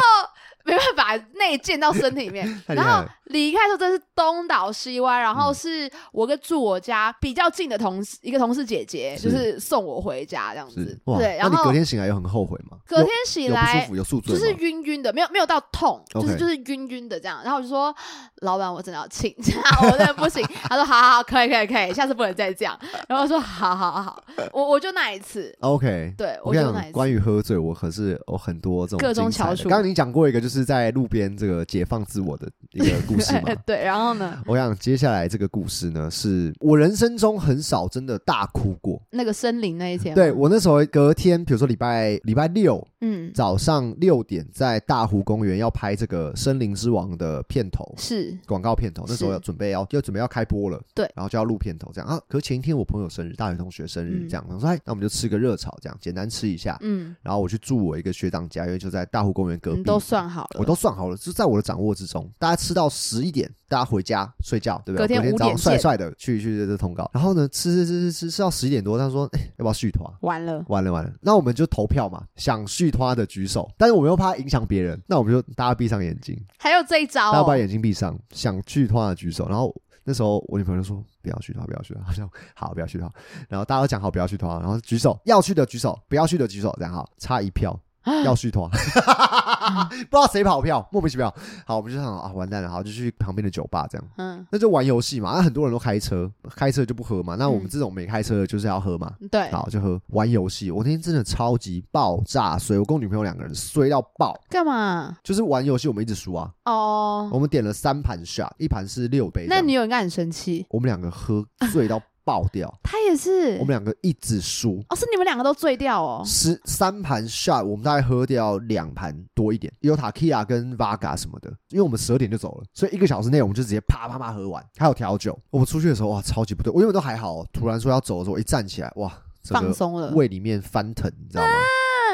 [SPEAKER 1] 没办法内建到身体里面，
[SPEAKER 2] 太厉
[SPEAKER 1] 然
[SPEAKER 2] 害
[SPEAKER 1] 后
[SPEAKER 2] 了。
[SPEAKER 1] 离开的时候真是东倒西歪，然后是我跟住我家比较近的同事一个同事姐姐，就
[SPEAKER 2] 是
[SPEAKER 1] 是送我回家这样子
[SPEAKER 2] 是，哇，
[SPEAKER 1] 对，
[SPEAKER 2] 那
[SPEAKER 1] 然
[SPEAKER 2] 你
[SPEAKER 1] 后
[SPEAKER 2] 隔天醒来有很后悔吗？
[SPEAKER 1] 隔天起
[SPEAKER 2] 有有不舒
[SPEAKER 1] 来
[SPEAKER 2] 服，有宿
[SPEAKER 1] 就
[SPEAKER 2] 醉吗？
[SPEAKER 1] 是晕晕的，没有没有到痛，就是
[SPEAKER 2] OK
[SPEAKER 1] 就是晕晕的这样。然后我就说，老板，我真的要请假，我真的不行。 他说，好好好，可以可以可以，下次不能再这样。然后我说，好好好，我我就那一次，
[SPEAKER 2] OK。
[SPEAKER 1] 对
[SPEAKER 2] 我跟
[SPEAKER 1] 就
[SPEAKER 2] 你
[SPEAKER 1] 那
[SPEAKER 2] 讲，
[SPEAKER 1] 一
[SPEAKER 2] 关
[SPEAKER 1] 次。
[SPEAKER 2] 于喝醉，我可是有很多这种
[SPEAKER 1] 各种
[SPEAKER 2] 精彩的
[SPEAKER 1] 翘楚。
[SPEAKER 2] 刚刚你讲过一个，就是在路边这个解放自我的一个故事嘛
[SPEAKER 1] 对，然后呢，
[SPEAKER 2] 我想接下来这个故事呢，是我人生中很少真的大哭过。
[SPEAKER 1] 那个森林那一天，
[SPEAKER 2] 对，我那时候隔天，比如说礼拜礼拜六
[SPEAKER 1] 嗯，
[SPEAKER 2] 早上六点，在大湖公园要拍这个《森林之王》的片头，
[SPEAKER 1] 是
[SPEAKER 2] 广告片头，那时候
[SPEAKER 1] 是
[SPEAKER 2] 要准备要要准备要开播了，
[SPEAKER 1] 对
[SPEAKER 2] 然后就要录片头这样啊。可是前一天我朋友生日，大学同学生日
[SPEAKER 1] 嗯
[SPEAKER 2] 这样，我说哎，那我们就吃个热炒这样，简单吃一下。
[SPEAKER 1] 嗯，
[SPEAKER 2] 然后我去住我一个学长家，因为就在大湖公园隔
[SPEAKER 1] 你
[SPEAKER 2] 壁，
[SPEAKER 1] 都算好了，
[SPEAKER 2] 我都算好了，就在我的掌握之中。大家吃到十一点，大家回家睡觉，对不
[SPEAKER 1] 隔
[SPEAKER 2] 对？
[SPEAKER 1] 天5
[SPEAKER 2] 我早上
[SPEAKER 1] 点
[SPEAKER 2] 帅
[SPEAKER 1] 见
[SPEAKER 2] 帅的去去这这通告，然后呢，吃吃吃吃吃吃到十一点多，他说、哎要不要续团？
[SPEAKER 1] 完了，
[SPEAKER 2] 完了完了，那我们就投票嘛，想续团的举手，但是我们又怕影响别人，那我们就大家闭上眼睛，
[SPEAKER 1] 还有这一招
[SPEAKER 2] 大家把
[SPEAKER 1] 哦，
[SPEAKER 2] 眼睛闭上，想去的话举手。然后那时候我女朋友就说不要去的话，不要去的话，好 像好不要去的话。然后大家都讲好不要去的话，然后举手，要去的举手，不要去的举手，这样好，差一票。要续团，不 知道谁跑票，莫名其妙。好，我们就想啊，完蛋了，好，就去旁边的酒吧这样，
[SPEAKER 1] 嗯，
[SPEAKER 2] 那就玩游戏嘛。那啊很多人都开车，开车就不喝嘛。那我们这种没开车的，就是要喝嘛。
[SPEAKER 1] 对，
[SPEAKER 2] 好，就喝玩游戏。我那天真的超级爆炸衰，我跟我女朋友两个人衰到爆，
[SPEAKER 1] 干嘛？
[SPEAKER 2] 就是玩游戏我们一直输啊。
[SPEAKER 1] 哦，
[SPEAKER 2] 我们点了三盘 shot，一盘是六杯这
[SPEAKER 1] 那
[SPEAKER 2] 样。
[SPEAKER 1] 女友应该很生气，，
[SPEAKER 2] 我们两个喝醉到爆掉
[SPEAKER 1] 她也是
[SPEAKER 2] 我们，两个一直输。
[SPEAKER 1] 哦，是你们两个都醉掉哦，
[SPEAKER 2] 十三盘 shot，我们大概喝掉两盘多一点，有塔 kia 跟 vaga 什么的，因为我们十二点就走了，所以一个小时内我们就直接啪啪啪喝完，还有调酒。我们出去的时候哇，超级不对，我原本都还好哦，突然说要走的时候，我一站起来哇，整
[SPEAKER 1] 放
[SPEAKER 2] 个
[SPEAKER 1] 松了，啊
[SPEAKER 2] 胃里面翻腾，你知道吗？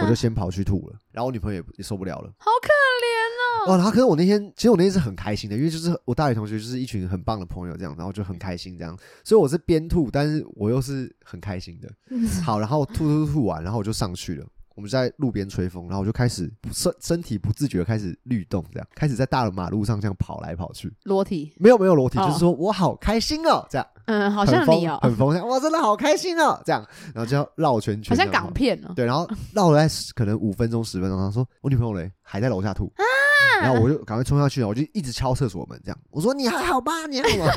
[SPEAKER 2] 我就先跑去吐了，然后我女朋友也也受不了了。
[SPEAKER 1] 好可怜
[SPEAKER 2] 哦，然后可是我那天，其实我那天是很开心的，因为就是我大学同学就是一群很棒的朋友这样，然后就很开心这样，所以我是边吐，但是我又是很开心的。
[SPEAKER 1] 嗯
[SPEAKER 2] 好，然后吐吐吐完，然后我就上去了。我们就在路边吹风，然后我就开始不身身体不自觉地开始律动，这样开始在大马路上这样跑来跑去。
[SPEAKER 1] 裸体，
[SPEAKER 2] 没有没有裸体，
[SPEAKER 1] 哦
[SPEAKER 2] 就是说我好开心哦，这样
[SPEAKER 1] 嗯，好
[SPEAKER 2] 好
[SPEAKER 1] 像你哦，
[SPEAKER 2] 很疯，这样哇真的好开心哦，这样，然后就要绕圈圈，
[SPEAKER 1] 好像
[SPEAKER 2] 这样跑
[SPEAKER 1] 港片哦，
[SPEAKER 2] 对，然后绕了在十可能五分钟十分钟，他说我女朋友嘞还在楼下
[SPEAKER 1] 啊
[SPEAKER 2] 吐，然后我就赶快冲下去，然后我就一直敲厕所门，这样我说你还好吧，你还好吗？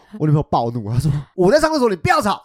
[SPEAKER 2] 我女朋友暴怒，她说我在上厕所，你不要吵。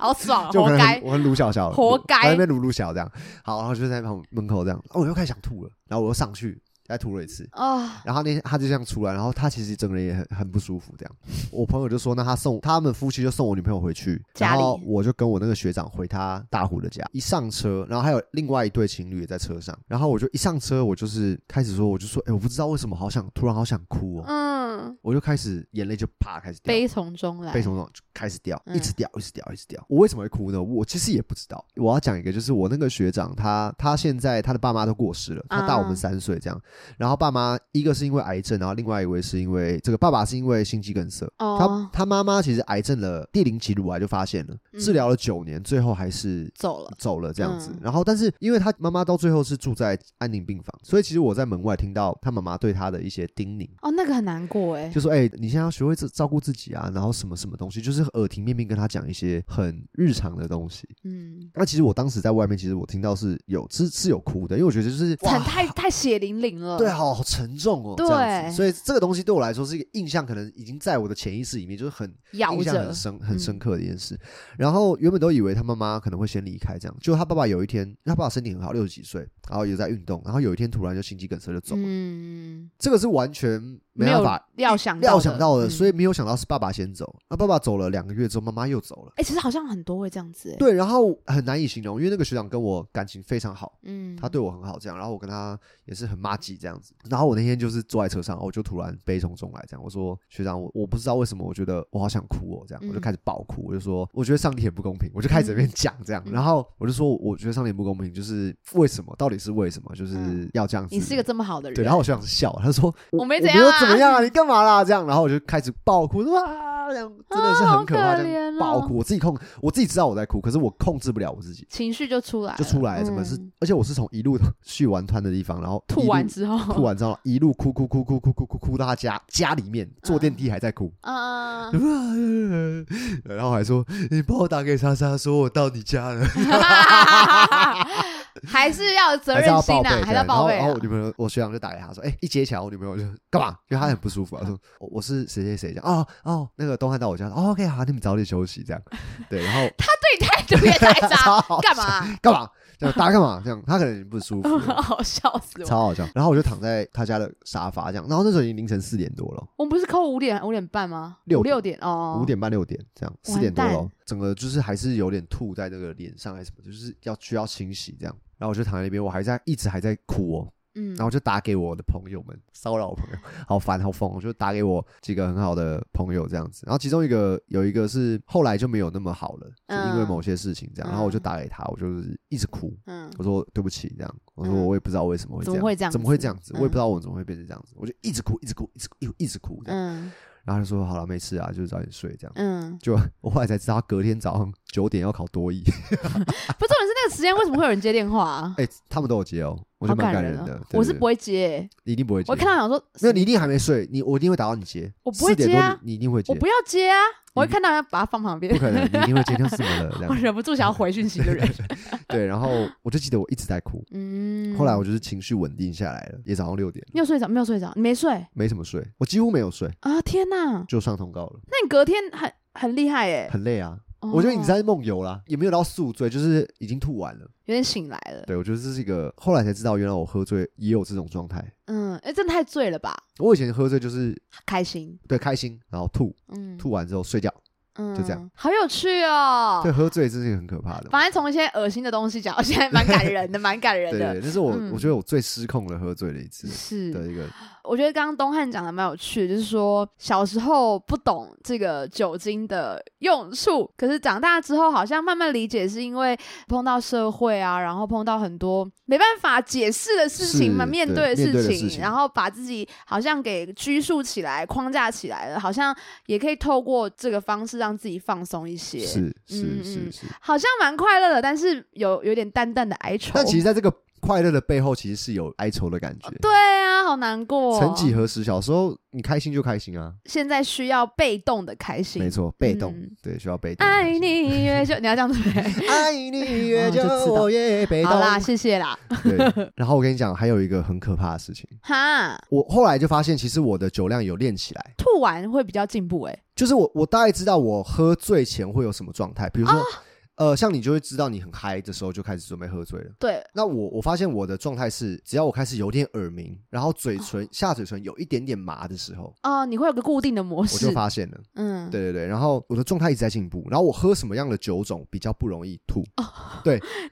[SPEAKER 1] 好爽，哦
[SPEAKER 2] 就
[SPEAKER 1] 活
[SPEAKER 2] 可能
[SPEAKER 1] 该
[SPEAKER 2] 很。我很鲁小小，
[SPEAKER 1] 活该
[SPEAKER 2] 在那边鲁鲁小这样。好，然后就在旁门口这样，哦，我又开始想吐了，然后我又上去再吐了一次，
[SPEAKER 1] 啊！
[SPEAKER 2] 然后那天他就这样出来，然后他其实整个人也很很不舒服，这样。我朋友就说，那他送他们夫妻就送我女朋友回去，
[SPEAKER 1] 家
[SPEAKER 2] 然
[SPEAKER 1] 里
[SPEAKER 2] 后我就跟我那个学长回他大虎的家。一上车，然后还有另外一对情侣也在车上，然后我就一上车，我就是开始说，我就说，哎、我不知道为什么好想突然好想哭哦，
[SPEAKER 1] 嗯，
[SPEAKER 2] 我就开始眼泪就啪开始掉。
[SPEAKER 1] 悲从中来，
[SPEAKER 2] 被从中就开始掉，
[SPEAKER 1] 嗯
[SPEAKER 2] 一直掉，一直掉，一直掉。我为什么会哭呢？我其实也不知道。我要讲一个，就是我那个学长，他他现在他的爸妈都过世了，他大我们
[SPEAKER 1] 啊
[SPEAKER 2] 三岁这样。然后爸妈一个是因为癌症，然后另外一位是因为这个爸爸是因为心肌梗塞。他
[SPEAKER 1] 哦，
[SPEAKER 2] 他妈妈其实癌症了，第零期乳癌就发现了，
[SPEAKER 1] 嗯
[SPEAKER 2] 治疗了九年，最后还是
[SPEAKER 1] 走了，
[SPEAKER 2] 走了这样子
[SPEAKER 1] 嗯。
[SPEAKER 2] 然后，但是因为他妈妈到最后是住在安宁病房，所以其实我在门外听到他妈妈对他的一些叮咛。
[SPEAKER 1] 哦，那个很难过哎，
[SPEAKER 2] 就说：“哎、你现在要学会照照顾自己啊，然后什么什么东西，就是耳提面命跟他讲一些很日常的东西。
[SPEAKER 1] 嗯，
[SPEAKER 2] 那其实我当时在外面，其实我听到是有是是有哭的，因为我觉得就是
[SPEAKER 1] 很太太血淋淋了。
[SPEAKER 2] 对，啊好沉重哦，这样
[SPEAKER 1] 对
[SPEAKER 2] 子。所以这个东西对我来说是一个印象，可能已经在我的潜意识里面，就是很
[SPEAKER 1] 咬
[SPEAKER 2] 印象
[SPEAKER 1] 着
[SPEAKER 2] 很，深
[SPEAKER 1] 嗯
[SPEAKER 2] 很深刻的一件事。然后原本都以为他妈妈可能会先离开，这样，就他爸爸有一天，他爸爸身体很好，六十几岁，然后也在运动，然后有一天突然就心肌梗塞就走了，
[SPEAKER 1] 嗯，
[SPEAKER 2] 这个是完全没
[SPEAKER 1] 有
[SPEAKER 2] 办法
[SPEAKER 1] 料想嗯
[SPEAKER 2] 料想到的，所
[SPEAKER 1] 以，
[SPEAKER 2] 以没有想到是爸爸先走。那爸爸走了两个月之后，妈妈又走了。
[SPEAKER 1] 哎、其实好像很多会这样子、欸，，
[SPEAKER 2] 对，然后很难以形容，因为那个学长跟我感情非常好，
[SPEAKER 1] 嗯，
[SPEAKER 2] 他对我很好，这样，然后我跟他也是很骂鸡这样子。然后我那天就是坐在车上，我就突然悲从中来，这样我说学长，我我不知道为什么，我觉得我好想哭哦，这样
[SPEAKER 1] 嗯
[SPEAKER 2] 我就开始爆哭，我就说我觉得上帝很不公平，我就开始在那边讲这样，
[SPEAKER 1] 嗯
[SPEAKER 2] 然后我就说我觉得上帝很不公平，就是为什么，到底是为什么，就是
[SPEAKER 1] 嗯
[SPEAKER 2] 要这样子。
[SPEAKER 1] 你是一个这么好的人，
[SPEAKER 2] 对，然后我学长笑，他说
[SPEAKER 1] 我没
[SPEAKER 2] 我
[SPEAKER 1] 怎
[SPEAKER 2] 没
[SPEAKER 1] 样
[SPEAKER 2] 有
[SPEAKER 1] 啊
[SPEAKER 2] 怎么样啊，你干嘛啦？这样，然后我就开始爆哭，说啊，这样真的是
[SPEAKER 1] 啊
[SPEAKER 2] 很
[SPEAKER 1] 好
[SPEAKER 2] 可怕，
[SPEAKER 1] 可
[SPEAKER 2] 这样
[SPEAKER 1] 怜
[SPEAKER 2] 爆
[SPEAKER 1] 哦
[SPEAKER 2] 哭，我自己控，我自己知道我在哭，可是我控制不了我自己。
[SPEAKER 1] 情绪就出来了，
[SPEAKER 2] 就出来了，怎么是
[SPEAKER 1] 嗯？
[SPEAKER 2] 而且我是从一路去玩团的地方，然后一
[SPEAKER 1] 吐
[SPEAKER 2] 路
[SPEAKER 1] 完之后，
[SPEAKER 2] 吐完之后，一路哭哭哭哭哭哭哭哭到他家家里面，坐电梯还在哭，
[SPEAKER 1] 嗯，嗯，
[SPEAKER 2] 然后还说你帮我打给莎莎，说我到你家了，
[SPEAKER 1] 嗯还是要有责
[SPEAKER 2] 还
[SPEAKER 1] 任
[SPEAKER 2] 是要
[SPEAKER 1] 心
[SPEAKER 2] 报备，
[SPEAKER 1] 呐、
[SPEAKER 2] 对
[SPEAKER 1] 还是要报备、
[SPEAKER 2] 然
[SPEAKER 1] 啊
[SPEAKER 2] 后然后我女朋友，我学长就打给他说，哎，一接起来，我女朋友就干嘛？因为她很不舒服，她啊
[SPEAKER 1] 嗯
[SPEAKER 2] 说我我是谁谁谁这样，哦哦，那个东汉到我家，哦 OK 好，你们早点休息 这样，对，然后
[SPEAKER 1] 他对你态度也太
[SPEAKER 2] 超
[SPEAKER 1] 差
[SPEAKER 2] 好，
[SPEAKER 1] 干嘛啊、
[SPEAKER 2] 干嘛？这样打干嘛？这样他可能不舒服。
[SPEAKER 1] 好笑死我！
[SPEAKER 2] 超好笑。然后我就躺在他家的沙发这样，然后那时候已经凌晨四点多了，
[SPEAKER 1] 我们不是扣五点五点半吗？
[SPEAKER 2] 六
[SPEAKER 1] 五
[SPEAKER 2] 点
[SPEAKER 1] 六点哦，
[SPEAKER 2] 五、点半六点这样，
[SPEAKER 1] 完
[SPEAKER 2] 四点多了
[SPEAKER 1] 蛋，
[SPEAKER 2] 整个就是还是有点吐在那个脸上还是什么，就是要需要清洗这样。然后我就躺在那边，我还在一直还在哭哦，
[SPEAKER 1] 嗯
[SPEAKER 2] 然后我就打给我的朋友们，骚扰我朋友， 好烦好疯哦，我就打给我几个很好的朋友这样子。然后其中一个有一个是后来就没有那么好了，就因为
[SPEAKER 1] 嗯
[SPEAKER 2] 某些事情这样，然后我就打给他，我就是一直哭，
[SPEAKER 1] 嗯
[SPEAKER 2] 我说对不起，这样，我说
[SPEAKER 1] 嗯
[SPEAKER 2] 我也不知道为什么会这
[SPEAKER 1] 怎
[SPEAKER 2] 样，
[SPEAKER 1] 么会这样
[SPEAKER 2] 怎么会这样子，
[SPEAKER 1] 嗯
[SPEAKER 2] 我也不知道我怎么会变成这样子，我就一直哭，一直哭，一直一一直哭这样，
[SPEAKER 1] 嗯
[SPEAKER 2] 然后他就说好了，没事啊，就是早点睡这样。
[SPEAKER 1] 嗯，
[SPEAKER 2] 就我后来才知道，他隔天早上九点要考多艺，
[SPEAKER 1] 不，重点是那个时间为什么会有人接电话啊？
[SPEAKER 2] 啊哎，他们都有接哦，我觉
[SPEAKER 1] 好
[SPEAKER 2] 得蛮
[SPEAKER 1] 感
[SPEAKER 2] 人
[SPEAKER 1] 哦
[SPEAKER 2] 的。
[SPEAKER 1] 我是不
[SPEAKER 2] 会，
[SPEAKER 1] 会接，
[SPEAKER 2] 你一定不会接。
[SPEAKER 1] 我看到想说，
[SPEAKER 2] 没有，你一定还没睡，你我一定会打到你接。
[SPEAKER 1] 我不会
[SPEAKER 2] 4点
[SPEAKER 1] 接
[SPEAKER 2] 多
[SPEAKER 1] 啊
[SPEAKER 2] 你你一定会接
[SPEAKER 1] 我，不要接啊，我会
[SPEAKER 2] 你
[SPEAKER 1] 看到要把它放旁边
[SPEAKER 2] 不，可能，你一定会接，就是么了这
[SPEAKER 1] 我
[SPEAKER 2] 样。
[SPEAKER 1] 忍不住想要回讯息的 人。
[SPEAKER 2] 对，然后我就记得我一直在哭，
[SPEAKER 1] 嗯，
[SPEAKER 2] 后来我就是情绪稳定下来了，也早上六点了，
[SPEAKER 1] 你有睡着没有睡着？你没睡
[SPEAKER 2] 没什么睡，我几乎没有睡，
[SPEAKER 1] 啊？天哪，
[SPEAKER 2] 就上通告了，
[SPEAKER 1] 那你隔天很很厉害耶！
[SPEAKER 2] 很累啊。我觉得你
[SPEAKER 1] 哦
[SPEAKER 2] 在梦游啦，也没有到宿醉，就是已经吐完了。
[SPEAKER 1] 有点醒来了。
[SPEAKER 2] 对，我觉得这是一个后来才知道，原来我喝醉也有这种状态。
[SPEAKER 1] 嗯，哎，真的太醉了吧？
[SPEAKER 2] 我以前喝醉就是
[SPEAKER 1] 开心，
[SPEAKER 2] 对开心，然后吐，
[SPEAKER 1] 嗯，
[SPEAKER 2] 吐完之后睡觉。
[SPEAKER 1] 嗯，
[SPEAKER 2] 就这样，
[SPEAKER 1] 好有趣哦。
[SPEAKER 2] 对，喝醉这是一个很可怕的。
[SPEAKER 1] 反正从一些恶心的东西讲，我现在蛮感人 的，蛮感人
[SPEAKER 2] 对
[SPEAKER 1] 的。
[SPEAKER 2] 对，那是我
[SPEAKER 1] 嗯
[SPEAKER 2] 我觉得我最失控的喝醉的一次
[SPEAKER 1] 是，
[SPEAKER 2] 的一个。
[SPEAKER 1] 我觉得刚刚东汉讲的蛮有趣的，就是说小时候不懂这个酒精的用处，可是长大之后好像慢慢理解，是因为碰到社会啊，然后碰到很多没办法解释的事情嘛，
[SPEAKER 2] 是
[SPEAKER 1] 面
[SPEAKER 2] 对
[SPEAKER 1] 对的
[SPEAKER 2] 面对
[SPEAKER 1] 事
[SPEAKER 2] 的
[SPEAKER 1] 情，
[SPEAKER 2] 事情
[SPEAKER 1] 然后把自己好像给拘束起来、框架起来了，好像也可以透过这个方式让自己放松一些，
[SPEAKER 2] 是
[SPEAKER 1] 嗯
[SPEAKER 2] 是
[SPEAKER 1] 嗯
[SPEAKER 2] 是
[SPEAKER 1] 嗯
[SPEAKER 2] 是。
[SPEAKER 1] 好像蛮快乐的，但是有有点淡淡的哀愁。
[SPEAKER 2] 但其实，在这个快乐的背后，其实是有哀愁的感觉。
[SPEAKER 1] 对啊，好难过、哦。
[SPEAKER 2] 曾几何时，小时候你开心就开心啊，
[SPEAKER 1] 现在需要被动的开心，
[SPEAKER 2] 没错，被动
[SPEAKER 1] 嗯
[SPEAKER 2] 对，需要被动。
[SPEAKER 1] 爱，你越久，你要这样子呗。
[SPEAKER 2] 爱 你越
[SPEAKER 1] 哦就
[SPEAKER 2] 久
[SPEAKER 1] 知道，
[SPEAKER 2] 我越被动
[SPEAKER 1] 好。啦， 谢谢啦。
[SPEAKER 2] 对，然后我跟你讲，还有一个很可怕的事情，
[SPEAKER 1] 哈，
[SPEAKER 2] 我后来就发现，其实我的酒量有练起来，
[SPEAKER 1] 吐完会比较进步哎、
[SPEAKER 2] 就是我我大概知道我喝醉前会有什么状态，比如
[SPEAKER 1] 哦
[SPEAKER 2] 说，呃，像你就会知道你很嗨的时候就开始准备喝醉了。
[SPEAKER 1] 对，
[SPEAKER 2] 那我我发现我的状态是，只要我开始有点耳鸣，然后嘴唇、下嘴唇有一点点麻的时候，
[SPEAKER 1] 哦、你会有个固定的模
[SPEAKER 2] 我
[SPEAKER 1] 式。
[SPEAKER 2] 就发现了。
[SPEAKER 1] 嗯，
[SPEAKER 2] 对对对，然后我的状态一直在进步，然后我喝什么样的酒种比较不容易吐？
[SPEAKER 1] 哦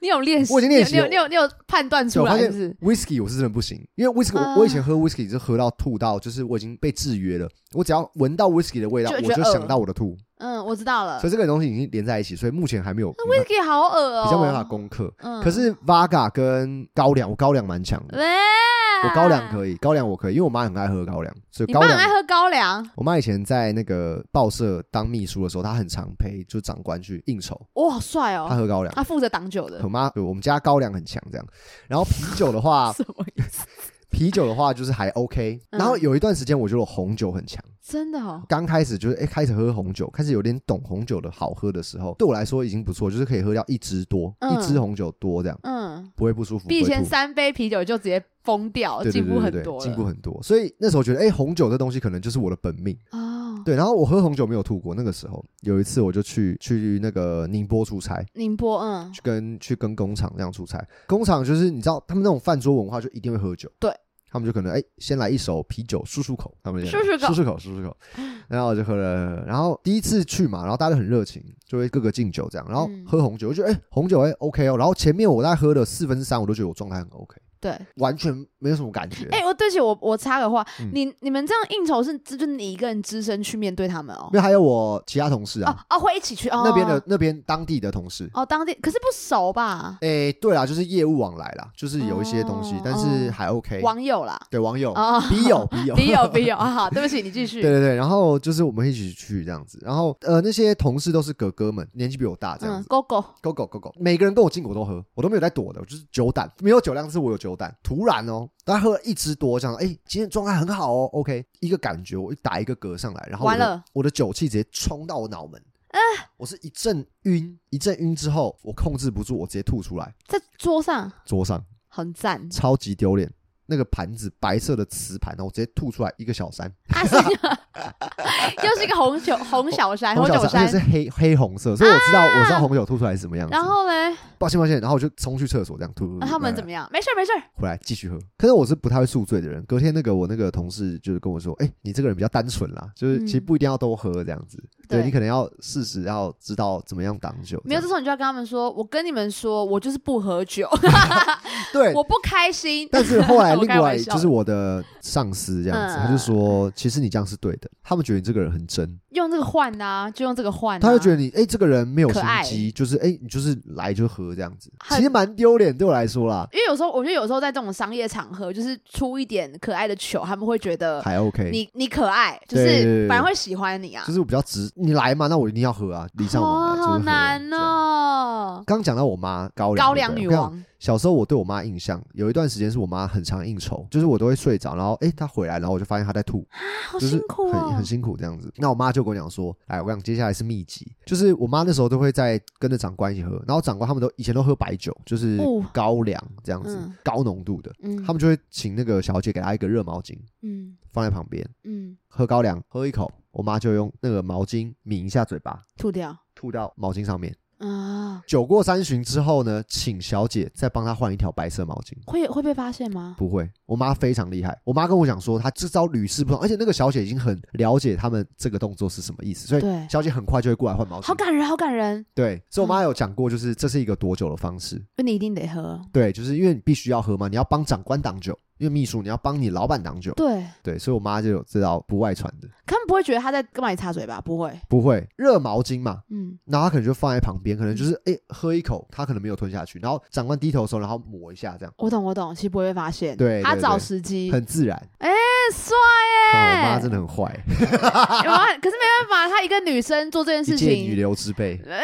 [SPEAKER 1] 你有练习，哦
[SPEAKER 2] 我已经练习
[SPEAKER 1] 你有你有你有判断
[SPEAKER 2] 对
[SPEAKER 1] 出
[SPEAKER 2] 我发
[SPEAKER 1] 来是
[SPEAKER 2] 现
[SPEAKER 1] 不是？
[SPEAKER 2] whisky 我是真的不行，因为 whisky
[SPEAKER 1] 啊
[SPEAKER 2] 我我以前喝 whisky 就喝到吐到，就是我已经被制约了。我只要闻到 whisky 的味道，
[SPEAKER 1] 就
[SPEAKER 2] 我
[SPEAKER 1] 觉得
[SPEAKER 2] 就
[SPEAKER 1] 饿
[SPEAKER 2] 想到我的吐，
[SPEAKER 1] 嗯，我知道了
[SPEAKER 2] 所。以这个东西已经连在一起，所以目前还没有
[SPEAKER 1] 那 whisky 好恶哦、
[SPEAKER 2] 比较没办法。攻克。
[SPEAKER 1] 嗯
[SPEAKER 2] 可是 Vaga 跟高粱，我高粱蛮强的，
[SPEAKER 1] 喂，
[SPEAKER 2] 我高粱可以，高粱我可以，因为我妈很爱喝高粱，所以
[SPEAKER 1] 你
[SPEAKER 2] 高
[SPEAKER 1] 爸很爱
[SPEAKER 2] 粱。
[SPEAKER 1] 喝高粱，
[SPEAKER 2] 我妈以前在那个报社当秘书的时候，她很常陪就长官去应酬，
[SPEAKER 1] 哇，好帅
[SPEAKER 2] 她
[SPEAKER 1] 哦！
[SPEAKER 2] 喝高粱。
[SPEAKER 1] 他负责挡酒的，
[SPEAKER 2] 我，妈对我们家高粱很强，这样。然后啤酒的话
[SPEAKER 1] 什么意思？
[SPEAKER 2] 啤酒的话就是还 OK。
[SPEAKER 1] 嗯
[SPEAKER 2] 然后有一段时间，我觉得我红酒很强。
[SPEAKER 1] 真的哦，
[SPEAKER 2] 刚开始就是哎、诶开始喝红酒，开始有点懂红酒的好喝的时候，对我来说已经不错，就是可以喝掉一支多，
[SPEAKER 1] 嗯
[SPEAKER 2] 一支红酒多这样。
[SPEAKER 1] 嗯，
[SPEAKER 2] 不会不舒服，
[SPEAKER 1] 比以
[SPEAKER 2] 不会
[SPEAKER 1] 前
[SPEAKER 2] 吐
[SPEAKER 1] 三杯啤酒就直接疯掉，
[SPEAKER 2] 对对
[SPEAKER 1] 进
[SPEAKER 2] 对
[SPEAKER 1] 步
[SPEAKER 2] 对
[SPEAKER 1] 很
[SPEAKER 2] 对
[SPEAKER 1] 多了。
[SPEAKER 2] 进步很多。所以那时候觉得，哎，红酒这东西可能就是我的本命。
[SPEAKER 1] 哦，
[SPEAKER 2] 对，然后我喝红酒没有吐过。那个时候有一次，我就去去那个宁波出差，
[SPEAKER 1] 宁波，嗯，
[SPEAKER 2] 去跟去跟工厂这样出差。工厂就是你知道，他们那种饭桌文化就一定会喝酒，
[SPEAKER 1] 对，
[SPEAKER 2] 他们就可能哎、先来一手啤酒漱漱口，他们就
[SPEAKER 1] 漱漱口
[SPEAKER 2] 漱漱口，漱 漱口。然后我就喝了，然后第一次去嘛，然后大家都很热情，就会各个敬酒这样，然后
[SPEAKER 1] 嗯
[SPEAKER 2] 喝红酒，我就觉得哎、红酒哎、OK 哦。然后前面我大概喝了四分之三，我都觉得我状态很 OK，
[SPEAKER 1] 对。
[SPEAKER 2] 完全没有什么感觉。
[SPEAKER 1] 哎、我对不起，我我插个话，
[SPEAKER 2] 嗯
[SPEAKER 1] 你你们这样应酬是这就你一个人只身去面对他们哦
[SPEAKER 2] 因？为还有我其他同事
[SPEAKER 1] 哦
[SPEAKER 2] 啊，
[SPEAKER 1] 哦，会一起去哦，
[SPEAKER 2] 那边的那边当地的同事，
[SPEAKER 1] 哦，当地可是不熟吧？
[SPEAKER 2] 哎、对啦，就是业务往来啦，就是有一些东西，
[SPEAKER 1] 哦
[SPEAKER 2] 但
[SPEAKER 1] 哦
[SPEAKER 2] 是还 OK。
[SPEAKER 1] 网友啦，
[SPEAKER 2] 对网友、
[SPEAKER 1] 哦
[SPEAKER 2] 笔友、笔友、
[SPEAKER 1] 笔友笔友啊，好，对不起，你继续。
[SPEAKER 2] 对对对，然后就是我们一起去这样子，然后呃那些同事都是哥哥们，年纪比我大这样
[SPEAKER 1] 嗯
[SPEAKER 2] 子，
[SPEAKER 1] ，Go Go，
[SPEAKER 2] 狗狗狗狗，每个人跟我敬我都喝，我都没有在躲的，我就是酒胆，没有酒量是我有酒胆。突然哦，他喝了一支多，这样，哎，今天状态很好哦，OK，一个感觉我一打一个嗝上来，然后我
[SPEAKER 1] 完
[SPEAKER 2] 的
[SPEAKER 1] 了啊
[SPEAKER 2] 我的酒气直接冲到我脑门，我是一阵晕，一阵晕之后我控制不住，我直接吐出来，
[SPEAKER 1] 在桌上
[SPEAKER 2] 桌上，
[SPEAKER 1] 很赞
[SPEAKER 2] 超级丢脸。那个盘子白色的瓷盘，然后我直接吐出来一个小山，
[SPEAKER 1] 啊，是又是一个红酒红小山，
[SPEAKER 2] 红
[SPEAKER 1] 酒
[SPEAKER 2] 酒而且是黑黑红色，所以我知道、我知道红酒吐出来是什么样子。
[SPEAKER 1] 然后嘞，
[SPEAKER 2] 抱歉抱歉，然后我就冲去厕所这样吐。吐
[SPEAKER 1] 那他们怎么
[SPEAKER 2] 样？
[SPEAKER 1] 样？没事儿没事儿，
[SPEAKER 2] 回来继续喝。可是我是不太会宿醉的人。隔天那个我那个同事就是跟我说，哎、你这个人比较单纯啦，就是
[SPEAKER 1] 嗯
[SPEAKER 2] 其实不一定要都喝这样子，
[SPEAKER 1] 对
[SPEAKER 2] 对你可能要适时要知道怎么样挡酒。
[SPEAKER 1] 没有，这
[SPEAKER 2] 这
[SPEAKER 1] 时候你就要跟他们说，我跟你们说，我就是不喝酒，
[SPEAKER 2] 样对。
[SPEAKER 1] 我不开心。
[SPEAKER 2] 但是后来
[SPEAKER 1] 我
[SPEAKER 2] 另
[SPEAKER 1] 开
[SPEAKER 2] 外
[SPEAKER 1] 玩笑
[SPEAKER 2] 就是我的上司这样子，
[SPEAKER 1] 嗯
[SPEAKER 2] 他就说，其实你这样是对的。他们觉得你这个人很真，
[SPEAKER 1] 用这个换呐，就用这个换啊。
[SPEAKER 2] 他就觉得你哎、这个人没有
[SPEAKER 1] 可
[SPEAKER 2] 心
[SPEAKER 1] 爱
[SPEAKER 2] 机，就是哎、你就是来就喝这样子，
[SPEAKER 1] 很
[SPEAKER 2] 其实蛮丢脸对我来说啦，
[SPEAKER 1] 因为有时候，我觉得有时候在这种商业场合，就是出一点可爱的糗，他们会觉得
[SPEAKER 2] 还 OK。
[SPEAKER 1] 呃你你可爱，就
[SPEAKER 2] 对对对
[SPEAKER 1] 是
[SPEAKER 2] 对
[SPEAKER 1] 反而会喜欢你啊哦
[SPEAKER 2] 就。是我比较直，你来嘛，那我一定要喝啊，礼尚往来。就是喝
[SPEAKER 1] 好难。
[SPEAKER 2] 这样
[SPEAKER 1] 哦，
[SPEAKER 2] 刚讲到我妈高粱，
[SPEAKER 1] 高粱
[SPEAKER 2] 对
[SPEAKER 1] 女
[SPEAKER 2] 不对。我跟你
[SPEAKER 1] 王
[SPEAKER 2] 讲小时候我对我妈印象有一段时间是我妈很常应酬，就是我都会睡着，然后诶，她回来，然后我就发现她在吐，
[SPEAKER 1] 啊，好
[SPEAKER 2] 就是
[SPEAKER 1] 辛苦
[SPEAKER 2] 很
[SPEAKER 1] 哦
[SPEAKER 2] 很。辛苦这样子。那我妈就跟我讲说，哎，我讲接下来是秘籍，就是我妈那时候都会在跟着长官一起喝，然后长官他们都以前都喝白酒，就是
[SPEAKER 1] 哦
[SPEAKER 2] 高粱这样子
[SPEAKER 1] 嗯，
[SPEAKER 2] 高浓度的，
[SPEAKER 1] 嗯
[SPEAKER 2] 他们就会请那个小姐给她一个热毛巾
[SPEAKER 1] 嗯
[SPEAKER 2] 放在旁边，
[SPEAKER 1] 嗯，
[SPEAKER 2] 喝高粱喝一口，我妈就用那个毛巾抿一下嘴巴，
[SPEAKER 1] 吐掉
[SPEAKER 2] 吐到毛巾上面。
[SPEAKER 1] 啊，
[SPEAKER 2] 酒过三巡之后呢，请小姐再帮她换一条白色毛巾。
[SPEAKER 1] 会会被发现吗？
[SPEAKER 2] 不会，我妈非常厉害。我妈跟我讲说，她这招屡试不爽，而且那个小姐已经很了解他们这个动作是什么意思，所以
[SPEAKER 1] 对，
[SPEAKER 2] 小姐很快就会过来换毛
[SPEAKER 1] 好
[SPEAKER 2] 巾。
[SPEAKER 1] 感嗯人，好感人。
[SPEAKER 2] 对，所以我妈有讲过，就是这是一个躲酒的方式。
[SPEAKER 1] 那你一定得喝。
[SPEAKER 2] 对，就是因为你必须要喝嘛，你要帮长官挡酒，因为秘书你要帮你老板挡酒。
[SPEAKER 1] 对，
[SPEAKER 2] 对，所以我妈就有这招不外传的，
[SPEAKER 1] 他们不会觉得他在干嘛？你擦嘴巴？不会。
[SPEAKER 2] 不会热毛巾嘛，
[SPEAKER 1] 嗯，
[SPEAKER 2] 然后她可能就放在旁边，可能就是诶喝一口，她可能没有吞下去，然后长官低头的时候，然后抹一下这样，
[SPEAKER 1] 我懂，我懂，其实不会被发现。
[SPEAKER 2] 对对
[SPEAKER 1] 他找
[SPEAKER 2] 对
[SPEAKER 1] 时机，
[SPEAKER 2] 很自然。
[SPEAKER 1] 很帅耶。
[SPEAKER 2] 啊，我妈真的很坏，
[SPEAKER 1] 有啊，可是没办法，她一个女生做这件
[SPEAKER 2] 一
[SPEAKER 1] 事
[SPEAKER 2] 介 女
[SPEAKER 1] 情，哦
[SPEAKER 2] 流之辈，
[SPEAKER 1] 这样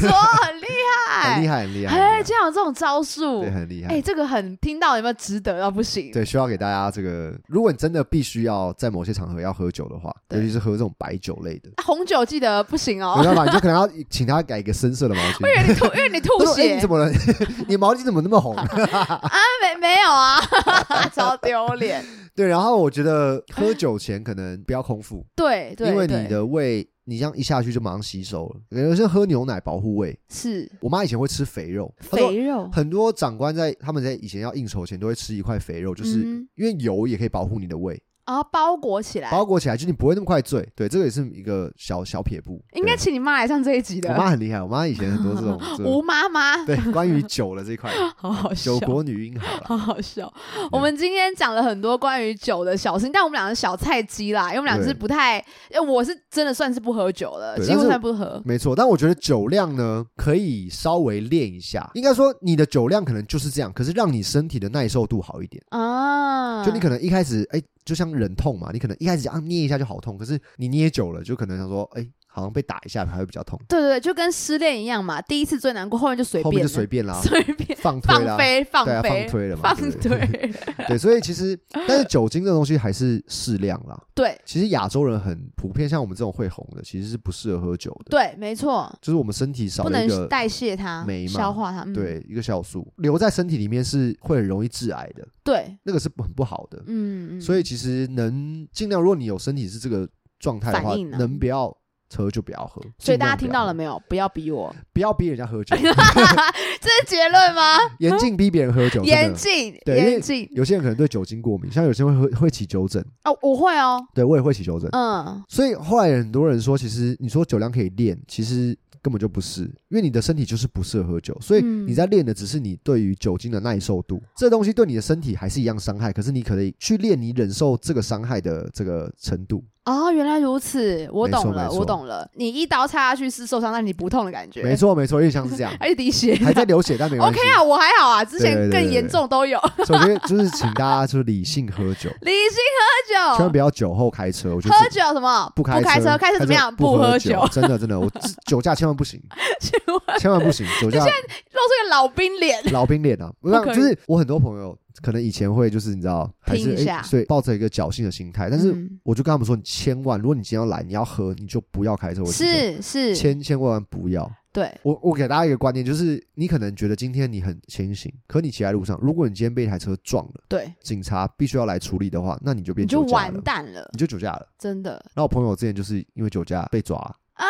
[SPEAKER 1] 说很厉害，
[SPEAKER 2] 很厉害，很厉害，
[SPEAKER 1] 哎，
[SPEAKER 2] 很厉
[SPEAKER 1] 竟然有这种招
[SPEAKER 2] 害
[SPEAKER 1] 数
[SPEAKER 2] 对，，很厉
[SPEAKER 1] 哎、
[SPEAKER 2] 害。
[SPEAKER 1] 这个很听到有没有值得到不行？
[SPEAKER 2] 对，需要给大家这个，如果你真的必须要在某些场合要喝酒的话，
[SPEAKER 1] 对
[SPEAKER 2] 尤其是喝这种白酒类的，
[SPEAKER 1] 啊红酒记得不行
[SPEAKER 2] 没
[SPEAKER 1] 哦，
[SPEAKER 2] 办法，你就可能要请他改一个深色的毛 巾。
[SPEAKER 1] 因为你吐，因为你
[SPEAKER 2] 他
[SPEAKER 1] 吐
[SPEAKER 2] 说：“哎，
[SPEAKER 1] 血
[SPEAKER 2] 你怎，么了？ 你毛巾怎么那么红
[SPEAKER 1] 没没有啊， 超丢脸。？”
[SPEAKER 2] 对，然后我觉得喝酒前可能不要空腹，
[SPEAKER 1] 对对，
[SPEAKER 2] 因为
[SPEAKER 1] 对
[SPEAKER 2] 你的胃，你这样一下去就马上吸收了。有些喝牛奶保护胃，
[SPEAKER 1] 是
[SPEAKER 2] 我妈以前会吃肥肉，她说
[SPEAKER 1] 肥肉，
[SPEAKER 2] 很多长官在他们在以前要应酬前都会吃一块肥肉，就是
[SPEAKER 1] 嗯
[SPEAKER 2] 因为油也可以保护你的胃，
[SPEAKER 1] 然后啊包裹起来。
[SPEAKER 2] 包裹起来，就你不会那么快醉。对，这个也是一个小小撇步。
[SPEAKER 1] 应该
[SPEAKER 2] 对
[SPEAKER 1] 请你妈来上这一集
[SPEAKER 2] 我妈
[SPEAKER 1] 的，
[SPEAKER 2] 很厉害，我妈以前很多这 种这
[SPEAKER 1] 吴
[SPEAKER 2] 种
[SPEAKER 1] 妈妈，
[SPEAKER 2] 对关于酒的这一块，
[SPEAKER 1] 好好 笑
[SPEAKER 2] 酒。国女英好了。
[SPEAKER 1] 好好笑！我们今天讲了很多关于酒的小事情，但我们两个小菜鸡啦，因为我们俩是
[SPEAKER 2] 对
[SPEAKER 1] 不太，因为我是真的算是不喝酒了，
[SPEAKER 2] 对
[SPEAKER 1] 几乎
[SPEAKER 2] 但是
[SPEAKER 1] 算不喝。
[SPEAKER 2] 没错，但我觉得酒量呢，可以稍微练一下。应该说，你的酒量可能就是这样，可是让你身体的耐受度好一点。
[SPEAKER 1] 啊，
[SPEAKER 2] 就你可能一开始，哎、就像忍痛嘛，你可能一开始啊捏一下就好痛，可是你捏久了，就可能想说，哎、好像被打一下还会比较痛，
[SPEAKER 1] 对对对，就跟失恋一样嘛，第一次最难过，后面就随
[SPEAKER 2] 后
[SPEAKER 1] 便
[SPEAKER 2] 面
[SPEAKER 1] 了，
[SPEAKER 2] 就随 便啦，
[SPEAKER 1] 随便
[SPEAKER 2] 放推啦
[SPEAKER 1] 放，飞放
[SPEAKER 2] 对啊，放
[SPEAKER 1] 飞
[SPEAKER 2] 推了嘛，
[SPEAKER 1] 放
[SPEAKER 2] 对不对
[SPEAKER 1] 对
[SPEAKER 2] 对，所以其实但是酒精这东西还是适量啦。
[SPEAKER 1] 对
[SPEAKER 2] 其实亚洲人很普遍，像我们这种会红的，其实是不适合喝酒的，
[SPEAKER 1] 对，没错，
[SPEAKER 2] 就是我们身体少
[SPEAKER 1] 不
[SPEAKER 2] 了一
[SPEAKER 1] 能
[SPEAKER 2] 个
[SPEAKER 1] 代谢它
[SPEAKER 2] 酶，嘛
[SPEAKER 1] 消化它，嗯
[SPEAKER 2] 对一个酵素，留在身体里面是会很容易致癌的，
[SPEAKER 1] 对，
[SPEAKER 2] 那个是不很不好的。
[SPEAKER 1] 嗯，嗯
[SPEAKER 2] 所以其实能尽量，如果你有身体是这个状态的话，
[SPEAKER 1] 反应啊
[SPEAKER 2] 能不要喝就不要喝。
[SPEAKER 1] 所以
[SPEAKER 2] 尽量
[SPEAKER 1] 大家听到了
[SPEAKER 2] 不
[SPEAKER 1] 没有？不要逼 我，
[SPEAKER 2] 要？不要逼人 家喝酒，
[SPEAKER 1] 这是结论吗？
[SPEAKER 2] 严禁逼别人喝酒。真的
[SPEAKER 1] 严禁，
[SPEAKER 2] 对因为
[SPEAKER 1] 严禁
[SPEAKER 2] 有些人可能对酒精过敏，像有些人会喝会起酒疹，
[SPEAKER 1] 哦，我会哦，
[SPEAKER 2] 对我也会起酒疹。
[SPEAKER 1] 嗯，
[SPEAKER 2] 所以后来很多人说，其实你说酒量可以练，其实根本就不是，因为你的身体就是不适合喝酒，所以
[SPEAKER 1] 嗯
[SPEAKER 2] 你在练的只是你对于酒精的耐受度，这东西对你的身体还是一样伤害，可是你可以去练你忍受这个伤害的这个程度。
[SPEAKER 1] 哦，原来如此，我
[SPEAKER 2] 没错
[SPEAKER 1] 懂了，
[SPEAKER 2] 没错
[SPEAKER 1] 我懂了，你一刀插下去是受伤，但你不痛的感觉，
[SPEAKER 2] 没，错，没错，有点像是这
[SPEAKER 1] ，
[SPEAKER 2] 样
[SPEAKER 1] 而且滴血。
[SPEAKER 2] 还在流血，但没关
[SPEAKER 1] 哎 OK
[SPEAKER 2] 系。
[SPEAKER 1] 啊，我还好啊，之
[SPEAKER 2] 对
[SPEAKER 1] 前
[SPEAKER 2] 对
[SPEAKER 1] 更
[SPEAKER 2] 对对
[SPEAKER 1] 严重都有。
[SPEAKER 2] 所以我觉得就是请大家就是理性喝酒，
[SPEAKER 1] 理性
[SPEAKER 2] 千万
[SPEAKER 1] 喝
[SPEAKER 2] 不
[SPEAKER 1] 酒，
[SPEAKER 2] 要酒后开车。我觉得
[SPEAKER 1] 哦喝
[SPEAKER 2] 这
[SPEAKER 1] 酒什么？
[SPEAKER 2] 不开
[SPEAKER 1] 开车，开车怎么样？
[SPEAKER 2] 不
[SPEAKER 1] 喝
[SPEAKER 2] 酒
[SPEAKER 1] 酒。，
[SPEAKER 2] 真的真的，我这 酒驾千万 不行，
[SPEAKER 1] 请问露
[SPEAKER 2] 千万不行，酒驾。
[SPEAKER 1] 出个老兵脸，
[SPEAKER 2] 老兵脸 啊，不
[SPEAKER 1] 可
[SPEAKER 2] 让
[SPEAKER 1] 以
[SPEAKER 2] 就是我很多朋友可能以前会就是你知道，还是
[SPEAKER 1] 拼一下
[SPEAKER 2] 诶所以抱着一个侥幸的心态，但是
[SPEAKER 1] 嗯
[SPEAKER 2] 我就跟他们说，你千万，如果你今天要来，你要喝，你就不要开车，我觉
[SPEAKER 1] 是
[SPEAKER 2] 得
[SPEAKER 1] 是，
[SPEAKER 2] 千千万万不要。
[SPEAKER 1] 对，
[SPEAKER 2] 我我给大家一个观念，就是你可能觉得今天你很清醒，可你骑在路上，如果你今天被一台车撞了，
[SPEAKER 1] 对，
[SPEAKER 2] 警察必须要来处理的话，那你就
[SPEAKER 1] 你
[SPEAKER 2] 变
[SPEAKER 1] 就
[SPEAKER 2] 酒驾
[SPEAKER 1] 完
[SPEAKER 2] 了，
[SPEAKER 1] 蛋了，
[SPEAKER 2] 你就酒驾了。
[SPEAKER 1] 真的
[SPEAKER 2] 然后我朋友之前就是因为酒驾被抓
[SPEAKER 1] 啊！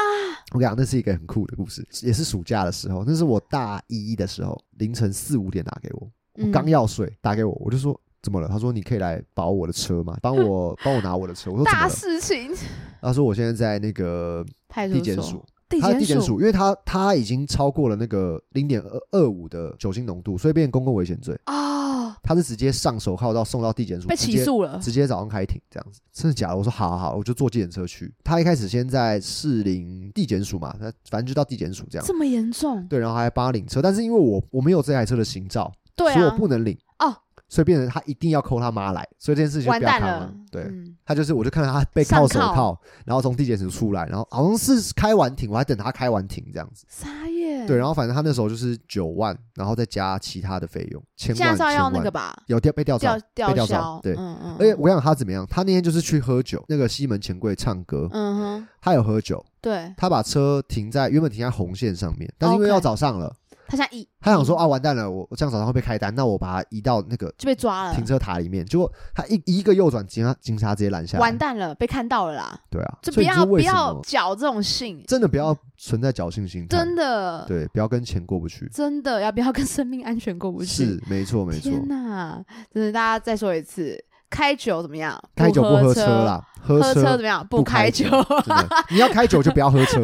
[SPEAKER 2] 我跟你讲，那是一个很酷的故事，也是暑假的时候，那是我大一的时候，凌晨四五点打给我，
[SPEAKER 1] 嗯
[SPEAKER 2] 刚要睡，打给我，我就说怎么了？他说你可以来保我的车吗？帮
[SPEAKER 1] 嗯
[SPEAKER 2] 我帮我拿我的车。我说怎么
[SPEAKER 1] 大
[SPEAKER 2] 了？
[SPEAKER 1] 事情，
[SPEAKER 2] 他说我现在在那个
[SPEAKER 1] 派出
[SPEAKER 2] 地检
[SPEAKER 1] 所
[SPEAKER 2] 署，，
[SPEAKER 1] 地
[SPEAKER 2] 他的
[SPEAKER 1] 检
[SPEAKER 2] 地检署，因为他他已经超过了那个零点二二五的酒精浓度，所以变公共危险罪，
[SPEAKER 1] 哦，
[SPEAKER 2] 他是直接上手铐到送到地检署，
[SPEAKER 1] 被
[SPEAKER 2] 直
[SPEAKER 1] 起
[SPEAKER 2] 接
[SPEAKER 1] 诉了，
[SPEAKER 2] 直接早上开庭这样子，真的假的？我说好好啊好，我就坐计程车去。他一开始先在士林地检署嘛，他反正就到地检署这样
[SPEAKER 1] 这。么严重？
[SPEAKER 2] 对，然后还帮他领车，但是因为我我没有这台车的行照，
[SPEAKER 1] 对
[SPEAKER 2] 所以我
[SPEAKER 1] 啊，
[SPEAKER 2] 不能领
[SPEAKER 1] 哦，
[SPEAKER 2] 所以变成他一定要扣他妈来，所以这件事情就
[SPEAKER 1] 完
[SPEAKER 2] 不要
[SPEAKER 1] 蛋
[SPEAKER 2] 扛
[SPEAKER 1] 了，
[SPEAKER 2] 对、
[SPEAKER 1] 嗯
[SPEAKER 2] 他就是，我就看到他被铐手
[SPEAKER 1] 上铐
[SPEAKER 2] 铐，然后从地检署出来，然后好像是开完庭，我还等他开完庭这样子。
[SPEAKER 1] 撒野，
[SPEAKER 2] 对，然后反正他那时候就是九万，然后再加其他的费用，千
[SPEAKER 1] 驾
[SPEAKER 2] 万
[SPEAKER 1] 照要那
[SPEAKER 2] 千
[SPEAKER 1] 个
[SPEAKER 2] 万。
[SPEAKER 1] 吧，
[SPEAKER 2] 有调被调
[SPEAKER 1] 吊
[SPEAKER 2] 查，被吊销
[SPEAKER 1] 销，
[SPEAKER 2] 对
[SPEAKER 1] 嗯嗯，
[SPEAKER 2] 而且哎我跟你讲他怎么样，他那天就是去喝酒，那个西门钱柜唱歌，
[SPEAKER 1] 嗯哼，
[SPEAKER 2] 他有喝酒，
[SPEAKER 1] 对
[SPEAKER 2] 他把车停在原本停在红线上面，但是因为
[SPEAKER 1] OK
[SPEAKER 2] 要早上了，
[SPEAKER 1] 他现在一
[SPEAKER 2] 他想说
[SPEAKER 1] 嗯
[SPEAKER 2] 啊完蛋了，我我这样早上会被开单，那我把它移到那个
[SPEAKER 1] 就被抓了
[SPEAKER 2] 停，车塔里面，结果他一一个右转，警察警察直接拦下来。
[SPEAKER 1] 完蛋了，被看到了啦，
[SPEAKER 2] 对啊，
[SPEAKER 1] 就不
[SPEAKER 2] 所以这
[SPEAKER 1] 要
[SPEAKER 2] 是
[SPEAKER 1] 不
[SPEAKER 2] 为什
[SPEAKER 1] 要
[SPEAKER 2] 么
[SPEAKER 1] 搅这种性，
[SPEAKER 2] 真的不要存在侥幸心态，
[SPEAKER 1] 真的
[SPEAKER 2] 对，不要跟钱过不去。
[SPEAKER 1] 真的要不要跟生命安全过不去？
[SPEAKER 2] 是，没错，没错。
[SPEAKER 1] 天哪，真的，大家再说一次，开酒怎么样？
[SPEAKER 2] 开酒不喝
[SPEAKER 1] 车
[SPEAKER 2] 车，啦，喝
[SPEAKER 1] 喝
[SPEAKER 2] 车
[SPEAKER 1] 怎么样？
[SPEAKER 2] 不
[SPEAKER 1] 开
[SPEAKER 2] 酒。 真的，你要开酒就不要喝车，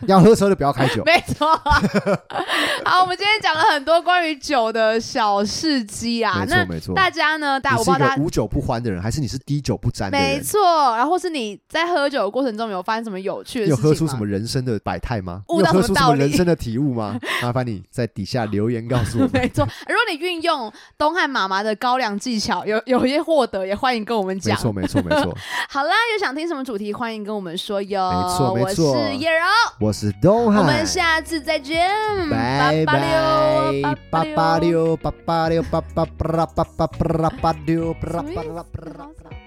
[SPEAKER 2] 你要喝车就不要开 酒。
[SPEAKER 1] 没错， 好，我们今天讲了很多关于酒的小事迹啊
[SPEAKER 2] 没。错，
[SPEAKER 1] 那
[SPEAKER 2] 没错。
[SPEAKER 1] 大家呢？大
[SPEAKER 2] 你
[SPEAKER 1] 我不
[SPEAKER 2] 是一
[SPEAKER 1] 知道
[SPEAKER 2] 个
[SPEAKER 1] 大家
[SPEAKER 2] 无酒不欢的人，还是你是滴酒不沾的
[SPEAKER 1] 没
[SPEAKER 2] 人？
[SPEAKER 1] 错。然后或是你在喝酒的过程中有发生什么有趣的事
[SPEAKER 2] 你有
[SPEAKER 1] 情吗？
[SPEAKER 2] 喝出什么人生的百态吗？你
[SPEAKER 1] 悟
[SPEAKER 2] 有
[SPEAKER 1] 到
[SPEAKER 2] 喝
[SPEAKER 1] 什么
[SPEAKER 2] 出什
[SPEAKER 1] 道
[SPEAKER 2] 么
[SPEAKER 1] 理
[SPEAKER 2] 人生的体悟吗？麻烦你在底下留言告诉我们。
[SPEAKER 1] 没错，如果你运用东汉妈妈的高粱技巧，有有一些获得，也欢迎跟我们
[SPEAKER 2] 没
[SPEAKER 1] 讲。
[SPEAKER 2] 错，没错，没错。
[SPEAKER 1] 好啦，有想听什么主题，欢迎跟我们说哟。
[SPEAKER 2] 没错没错
[SPEAKER 1] 我是叶柔，
[SPEAKER 2] 我是东汉，
[SPEAKER 1] 我们下次再见，
[SPEAKER 2] 拜
[SPEAKER 1] 八
[SPEAKER 2] 拜
[SPEAKER 1] 六，
[SPEAKER 2] 八
[SPEAKER 1] 八
[SPEAKER 2] 八。六八八六八八八八八八八八六八
[SPEAKER 1] 什
[SPEAKER 2] 八
[SPEAKER 1] 么意
[SPEAKER 2] 八
[SPEAKER 1] 思
[SPEAKER 2] 八。
[SPEAKER 1] 好少